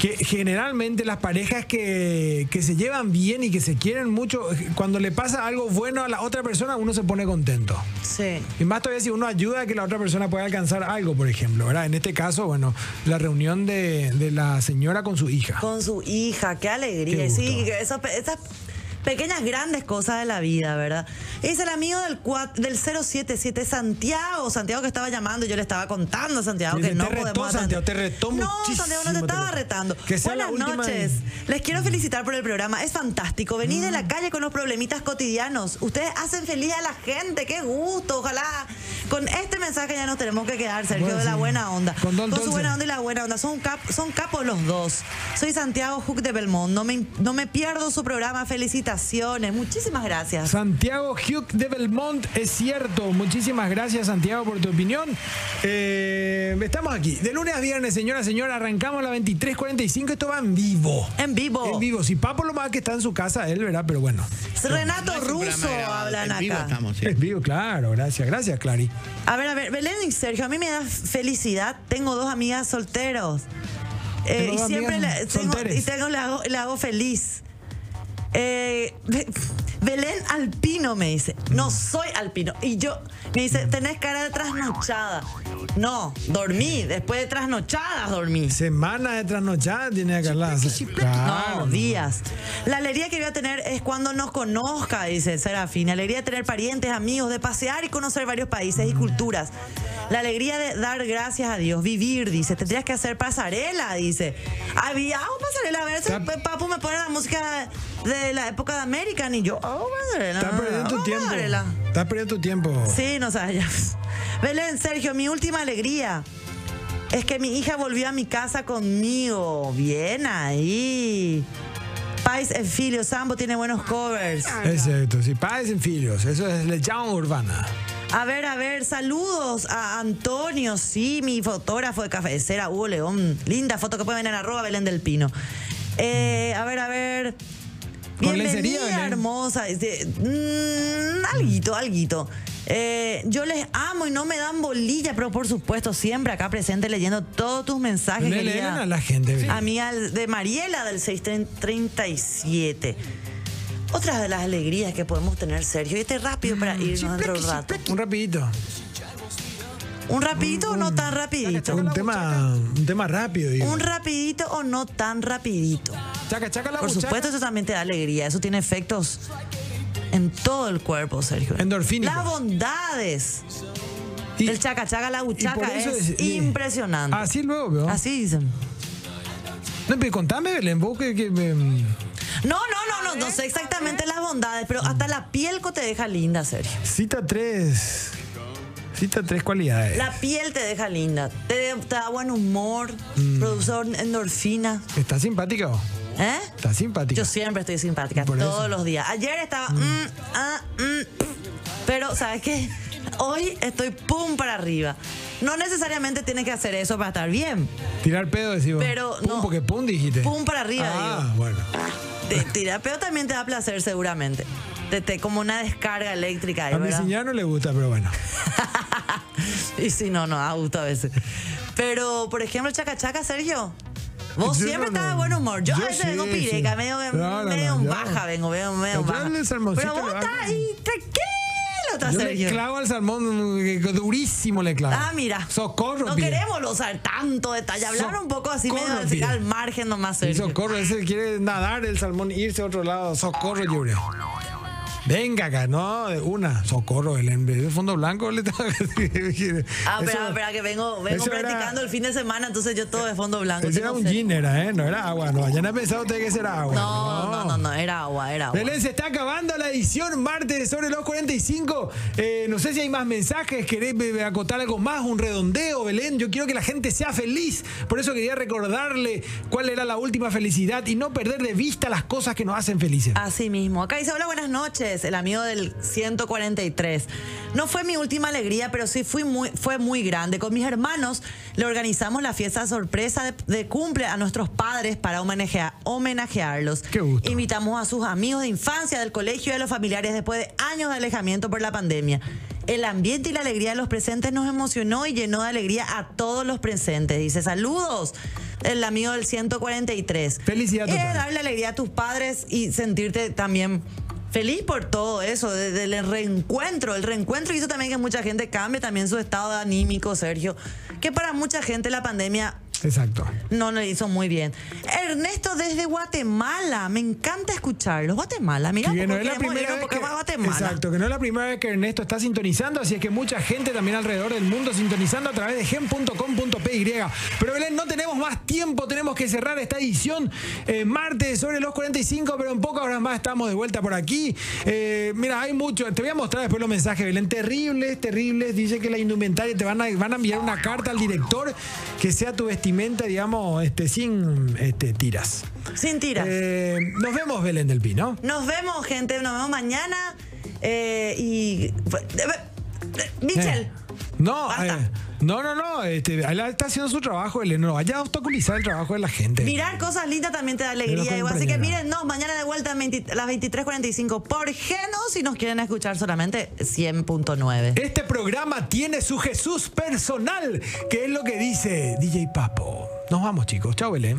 [SPEAKER 2] que generalmente las parejas que, que se llevan bien y que se quieren mucho, cuando le pasa algo bueno a la otra persona, uno se pone contento.
[SPEAKER 1] Sí.
[SPEAKER 2] Y más todavía si uno ayuda a que la otra persona pueda alcanzar algo, por ejemplo, ¿verdad? En este caso, bueno, la reunión de, de la señora con su hija.
[SPEAKER 1] Con su hija, qué alegría.
[SPEAKER 2] Qué
[SPEAKER 1] Y sí,
[SPEAKER 2] gusto.
[SPEAKER 1] que eso- esas pequeñas grandes cosas de la vida, ¿verdad? Es el amigo del, cua- del 077, Santiago. Santiago que estaba llamando y yo le estaba contando a Santiago
[SPEAKER 2] Dice,
[SPEAKER 1] que no
[SPEAKER 2] te retó,
[SPEAKER 1] podemos.
[SPEAKER 2] Santiago, te retó
[SPEAKER 1] No, Santiago no te
[SPEAKER 2] muchísimo, te
[SPEAKER 1] estaba
[SPEAKER 2] retó.
[SPEAKER 1] retando.
[SPEAKER 2] Que sea la
[SPEAKER 1] Buenas
[SPEAKER 2] última de-
[SPEAKER 1] noches. Les quiero felicitar por el programa. Es fantástico. Venís de
[SPEAKER 2] Mm.
[SPEAKER 1] la calle con los problemitas cotidianos. Ustedes hacen feliz a la gente. Qué gusto. Ojalá con este mensaje ya nos tenemos que quedar, Sergio,
[SPEAKER 2] Bueno,
[SPEAKER 1] de la
[SPEAKER 2] sí.
[SPEAKER 1] buena onda.
[SPEAKER 2] Con Don
[SPEAKER 1] su
[SPEAKER 2] Thompson.
[SPEAKER 1] buena onda y la buena onda. Son, cap- son capos los dos. Soy Santiago Hook de Belmont. No me, no me pierdo su programa. Felicitaciones. Muchísimas gracias.
[SPEAKER 2] Santiago Hugh de Belmont, es cierto. Muchísimas gracias, Santiago, por tu opinión. Eh, estamos aquí. De lunes a viernes, señora, señora, arrancamos a las 23.45. Esto va en vivo.
[SPEAKER 1] En vivo.
[SPEAKER 2] En vivo. Si Papo lo más que está en su casa, él verá, pero bueno.
[SPEAKER 1] Renato Russo hablan
[SPEAKER 10] en vivo
[SPEAKER 1] acá.
[SPEAKER 10] estamos, sí.
[SPEAKER 2] En vivo, claro. Gracias, gracias, Clary.
[SPEAKER 1] A ver, a ver, Belén y Sergio, a mí me da felicidad. Tengo dos amigas solteros. Eh,
[SPEAKER 2] Tengo
[SPEAKER 1] y
[SPEAKER 2] dos
[SPEAKER 1] siempre
[SPEAKER 2] amigas
[SPEAKER 1] le, tengo,
[SPEAKER 2] solteres.
[SPEAKER 1] y tengo- le hago, le hago feliz. Eh, Be- Belén Alpino me dice, no soy alpino. Y yo, me dice, tenés cara de trasnochada. No, dormí, después de trasnochadas dormí.
[SPEAKER 2] Semana de trasnochada tiene acá la.
[SPEAKER 1] No,
[SPEAKER 2] Claro,
[SPEAKER 1] días. La alegría que voy a tener es cuando nos conozca, dice Serafín. La alegría de tener parientes, amigos, de pasear y conocer varios países y culturas. La alegría de dar gracias a Dios, vivir, dice. Tendrías que hacer pasarela, dice. Había hago pasarela. A ver, ese
[SPEAKER 2] Está-
[SPEAKER 1] papu me pone la música de la época de América y yo, "Oh, hago pasarela.
[SPEAKER 2] Estás perdiendo tu
[SPEAKER 1] hago
[SPEAKER 2] tiempo.
[SPEAKER 1] pasarela.
[SPEAKER 2] Estás perdiendo tu tiempo.
[SPEAKER 1] Sí, no sabes. ya. Belén, Sergio, mi última alegría es que mi hija volvió a mi casa conmigo. Bien ahí. Pais en Filio, Sambo tiene buenos covers.
[SPEAKER 2] Exacto, sí, padres en filios, eso es leyenda urbana.
[SPEAKER 1] A ver, a ver, saludos a Antonio, sí, mi fotógrafo de cafecera, Hugo León. Linda foto que pueden ver en arroba Belén del Pino. Eh, a ver, a ver.
[SPEAKER 2] Con lencería,
[SPEAKER 1] Bienvenida,
[SPEAKER 2] Belén.
[SPEAKER 1] hermosa. Este, mm, alguito, alguito. Eh, yo les amo y no me dan bolilla, pero por supuesto, siempre acá presente leyendo todos tus mensajes.
[SPEAKER 2] Le
[SPEAKER 1] querida.
[SPEAKER 2] leen a la gente. Belén.
[SPEAKER 1] Amiga de Mariela del 637. Otra de las alegrías que podemos tener, Sergio, y este rápido
[SPEAKER 2] Mm,
[SPEAKER 1] para irnos dentro del rato.
[SPEAKER 2] Un rapidito.
[SPEAKER 1] ¿Un rapidito o no tan rapidito?
[SPEAKER 2] Un tema, un tema rápido, digo.
[SPEAKER 1] ¿Un rapidito o no tan rapidito?
[SPEAKER 2] Chaca, chaca la
[SPEAKER 1] Por
[SPEAKER 2] muchacha.
[SPEAKER 1] supuesto, eso también te da alegría. Eso tiene efectos en todo el cuerpo, Sergio.
[SPEAKER 2] Endorfínicos.
[SPEAKER 1] Las bondades
[SPEAKER 2] Y-
[SPEAKER 1] del chaca chaca, la
[SPEAKER 2] y por
[SPEAKER 1] buchaca es,
[SPEAKER 2] eso eh, ah, sí.
[SPEAKER 1] impresionante.
[SPEAKER 2] Así luego, veo.
[SPEAKER 1] Así dicen.
[SPEAKER 2] No, pero contame, Belén, vos que... que, em,
[SPEAKER 1] No, no, no, no, no sé exactamente las bondades, pero hasta la piel co- te deja linda, Sergio.
[SPEAKER 2] cita tres... Cita tres cualidades.
[SPEAKER 1] La piel te deja linda, te, te da buen humor,
[SPEAKER 2] Mm.
[SPEAKER 1] produce endorfina,
[SPEAKER 2] ¿Estás simpática vos?
[SPEAKER 1] ¿eh?
[SPEAKER 2] ¿Estás simpática?
[SPEAKER 1] Yo siempre estoy simpática,
[SPEAKER 2] Por eso.
[SPEAKER 1] todos los días. Ayer estaba, mm, ah, mm, pero ¿sabes qué? Hoy estoy pum para arriba. No necesariamente tienes que hacer eso para estar bien.
[SPEAKER 2] Tirar pedo, decís vos.
[SPEAKER 1] Pero
[SPEAKER 2] pum,
[SPEAKER 1] no.
[SPEAKER 2] porque pum dijiste.
[SPEAKER 1] Pum para arriba,
[SPEAKER 2] Ah,
[SPEAKER 1] digo.
[SPEAKER 2] bueno.
[SPEAKER 1] Te- Tirar pero también te da placer seguramente. Te, te- como una descarga eléctrica. ahí,
[SPEAKER 2] A mi
[SPEAKER 1] ¿verdad?
[SPEAKER 2] señora no le gusta, pero bueno.
[SPEAKER 1] y si no, no, da gusto a veces. Pero, por ejemplo, el chaca chaca, Sergio. Vos
[SPEAKER 2] Yo
[SPEAKER 1] siempre
[SPEAKER 2] no,
[SPEAKER 1] estás
[SPEAKER 2] no.
[SPEAKER 1] de buen humor. Yo,
[SPEAKER 2] Yo
[SPEAKER 1] a veces
[SPEAKER 2] sí,
[SPEAKER 1] vengo
[SPEAKER 2] sí.
[SPEAKER 1] pireca, medio,
[SPEAKER 2] No, no,
[SPEAKER 1] medio
[SPEAKER 2] no, yo-
[SPEAKER 1] baja, vengo, medio, medio
[SPEAKER 2] Yo
[SPEAKER 1] baja.
[SPEAKER 2] el salmoncito
[SPEAKER 1] Pero vos
[SPEAKER 2] le
[SPEAKER 1] estás
[SPEAKER 2] bajo.
[SPEAKER 1] ahí tranquilo, estás,
[SPEAKER 2] Yo le
[SPEAKER 1] Sergio.
[SPEAKER 2] clavo al salmón, eh, durísimo le clavo.
[SPEAKER 1] Ah, mira.
[SPEAKER 2] Socorro,
[SPEAKER 1] No
[SPEAKER 2] pide.
[SPEAKER 1] queremos losar tanto detalle. Hablar un poco así, medio
[SPEAKER 2] Socorro,
[SPEAKER 1] así,
[SPEAKER 2] pide.
[SPEAKER 1] al margen nomás,
[SPEAKER 2] Y
[SPEAKER 1] Sergio.
[SPEAKER 2] socorro, ese quiere nadar el salmón, irse a otro lado. Socorro, yo creo. Venga acá, no, de una. Socorro, Belén. De fondo blanco le estaba.
[SPEAKER 1] Ah, espera,
[SPEAKER 2] Eso-
[SPEAKER 1] espera, que vengo, vengo
[SPEAKER 2] eso era-
[SPEAKER 1] practicando el fin de semana, entonces yo todo de fondo blanco.
[SPEAKER 2] Ese
[SPEAKER 1] yo
[SPEAKER 2] era
[SPEAKER 1] no
[SPEAKER 2] un
[SPEAKER 1] sé.
[SPEAKER 2] gin, era, ¿eh? No era agua, no. Hayan pensado ustedes que ese era agua.
[SPEAKER 1] No, no, no, no, era agua, era agua.
[SPEAKER 2] Belén, se está acabando la edición martes sobre los 45. Eh, no sé si hay más mensajes, querés eh, acotar algo más, un redondeo, Belén. Yo quiero que la gente sea feliz. Por eso quería recordarle cuál era la última felicidad y no perder de vista las cosas que nos hacen felices.
[SPEAKER 1] Así mismo. Acá dice, hola, buenas noches, el amigo del 143. No fue mi última alegría, pero sí fui muy, fue muy grande. Con mis hermanos le organizamos la fiesta sorpresa de, de cumple a nuestros padres para homenajea- homenajearlos.
[SPEAKER 2] Qué gusto.
[SPEAKER 1] Invitamos a sus amigos de infancia, del colegio y a los familiares después de años de alejamiento por la pandemia. El ambiente y la alegría de los presentes nos emocionó y llenó de alegría a todos los presentes. Dice, saludos, el amigo del 143.
[SPEAKER 2] Felicidad
[SPEAKER 1] Eh,
[SPEAKER 2] total.
[SPEAKER 1] darle alegría a tus padres y sentirte también feliz por todo eso, de- del reencuentro. El reencuentro hizo también que mucha gente cambie también su estado anímico, Sergio, que para mucha gente la pandemia
[SPEAKER 2] Exacto.
[SPEAKER 1] no le hizo muy bien. Ernesto desde Guatemala, me encanta escucharlos. Guatemala, mira,
[SPEAKER 2] Que no
[SPEAKER 1] porque queremos
[SPEAKER 2] es la
[SPEAKER 1] ir a
[SPEAKER 2] primera
[SPEAKER 1] un
[SPEAKER 2] vez que,
[SPEAKER 1] programa de Guatemala.
[SPEAKER 2] exacto, que no es la primera vez que Ernesto está sintonizando, así es que mucha gente también alrededor del mundo sintonizando a través de gen.com.py. Pero Belén, no tenemos más tiempo, tenemos que cerrar esta edición eh, martes sobre los 45, pero en pocas horas más estamos de vuelta por aquí. Eh, mira, hay mucho, te voy a mostrar después los mensajes, Belén, terribles, terribles. Dice que la indumentaria te van a, van a enviar una carta al director que sea tu vestimenta, digamos, este, sin este, tiras.
[SPEAKER 1] Sin tiras.
[SPEAKER 2] Eh, nos vemos, Belén del Pino.
[SPEAKER 1] Nos vemos, gente, nos vemos mañana. Eh, y. Michelle.
[SPEAKER 2] Eh, No,
[SPEAKER 1] Basta.
[SPEAKER 2] eh, no, no, no. Este, él está haciendo su trabajo, él no vaya a obstaculizar el trabajo de la gente.
[SPEAKER 1] Mirar cosas lindas también te da
[SPEAKER 2] Este, Pero
[SPEAKER 1] alegría.
[SPEAKER 2] con
[SPEAKER 1] igual. Así que
[SPEAKER 2] compañero.
[SPEAKER 1] miren, no, mañana de vuelta a 20 las 23.45 por Geno si nos quieren escuchar solamente 100.9.
[SPEAKER 2] Este programa tiene su Jesús personal, que es lo que dice DJ Papo. Nos vamos, chicos. Chao, Belén.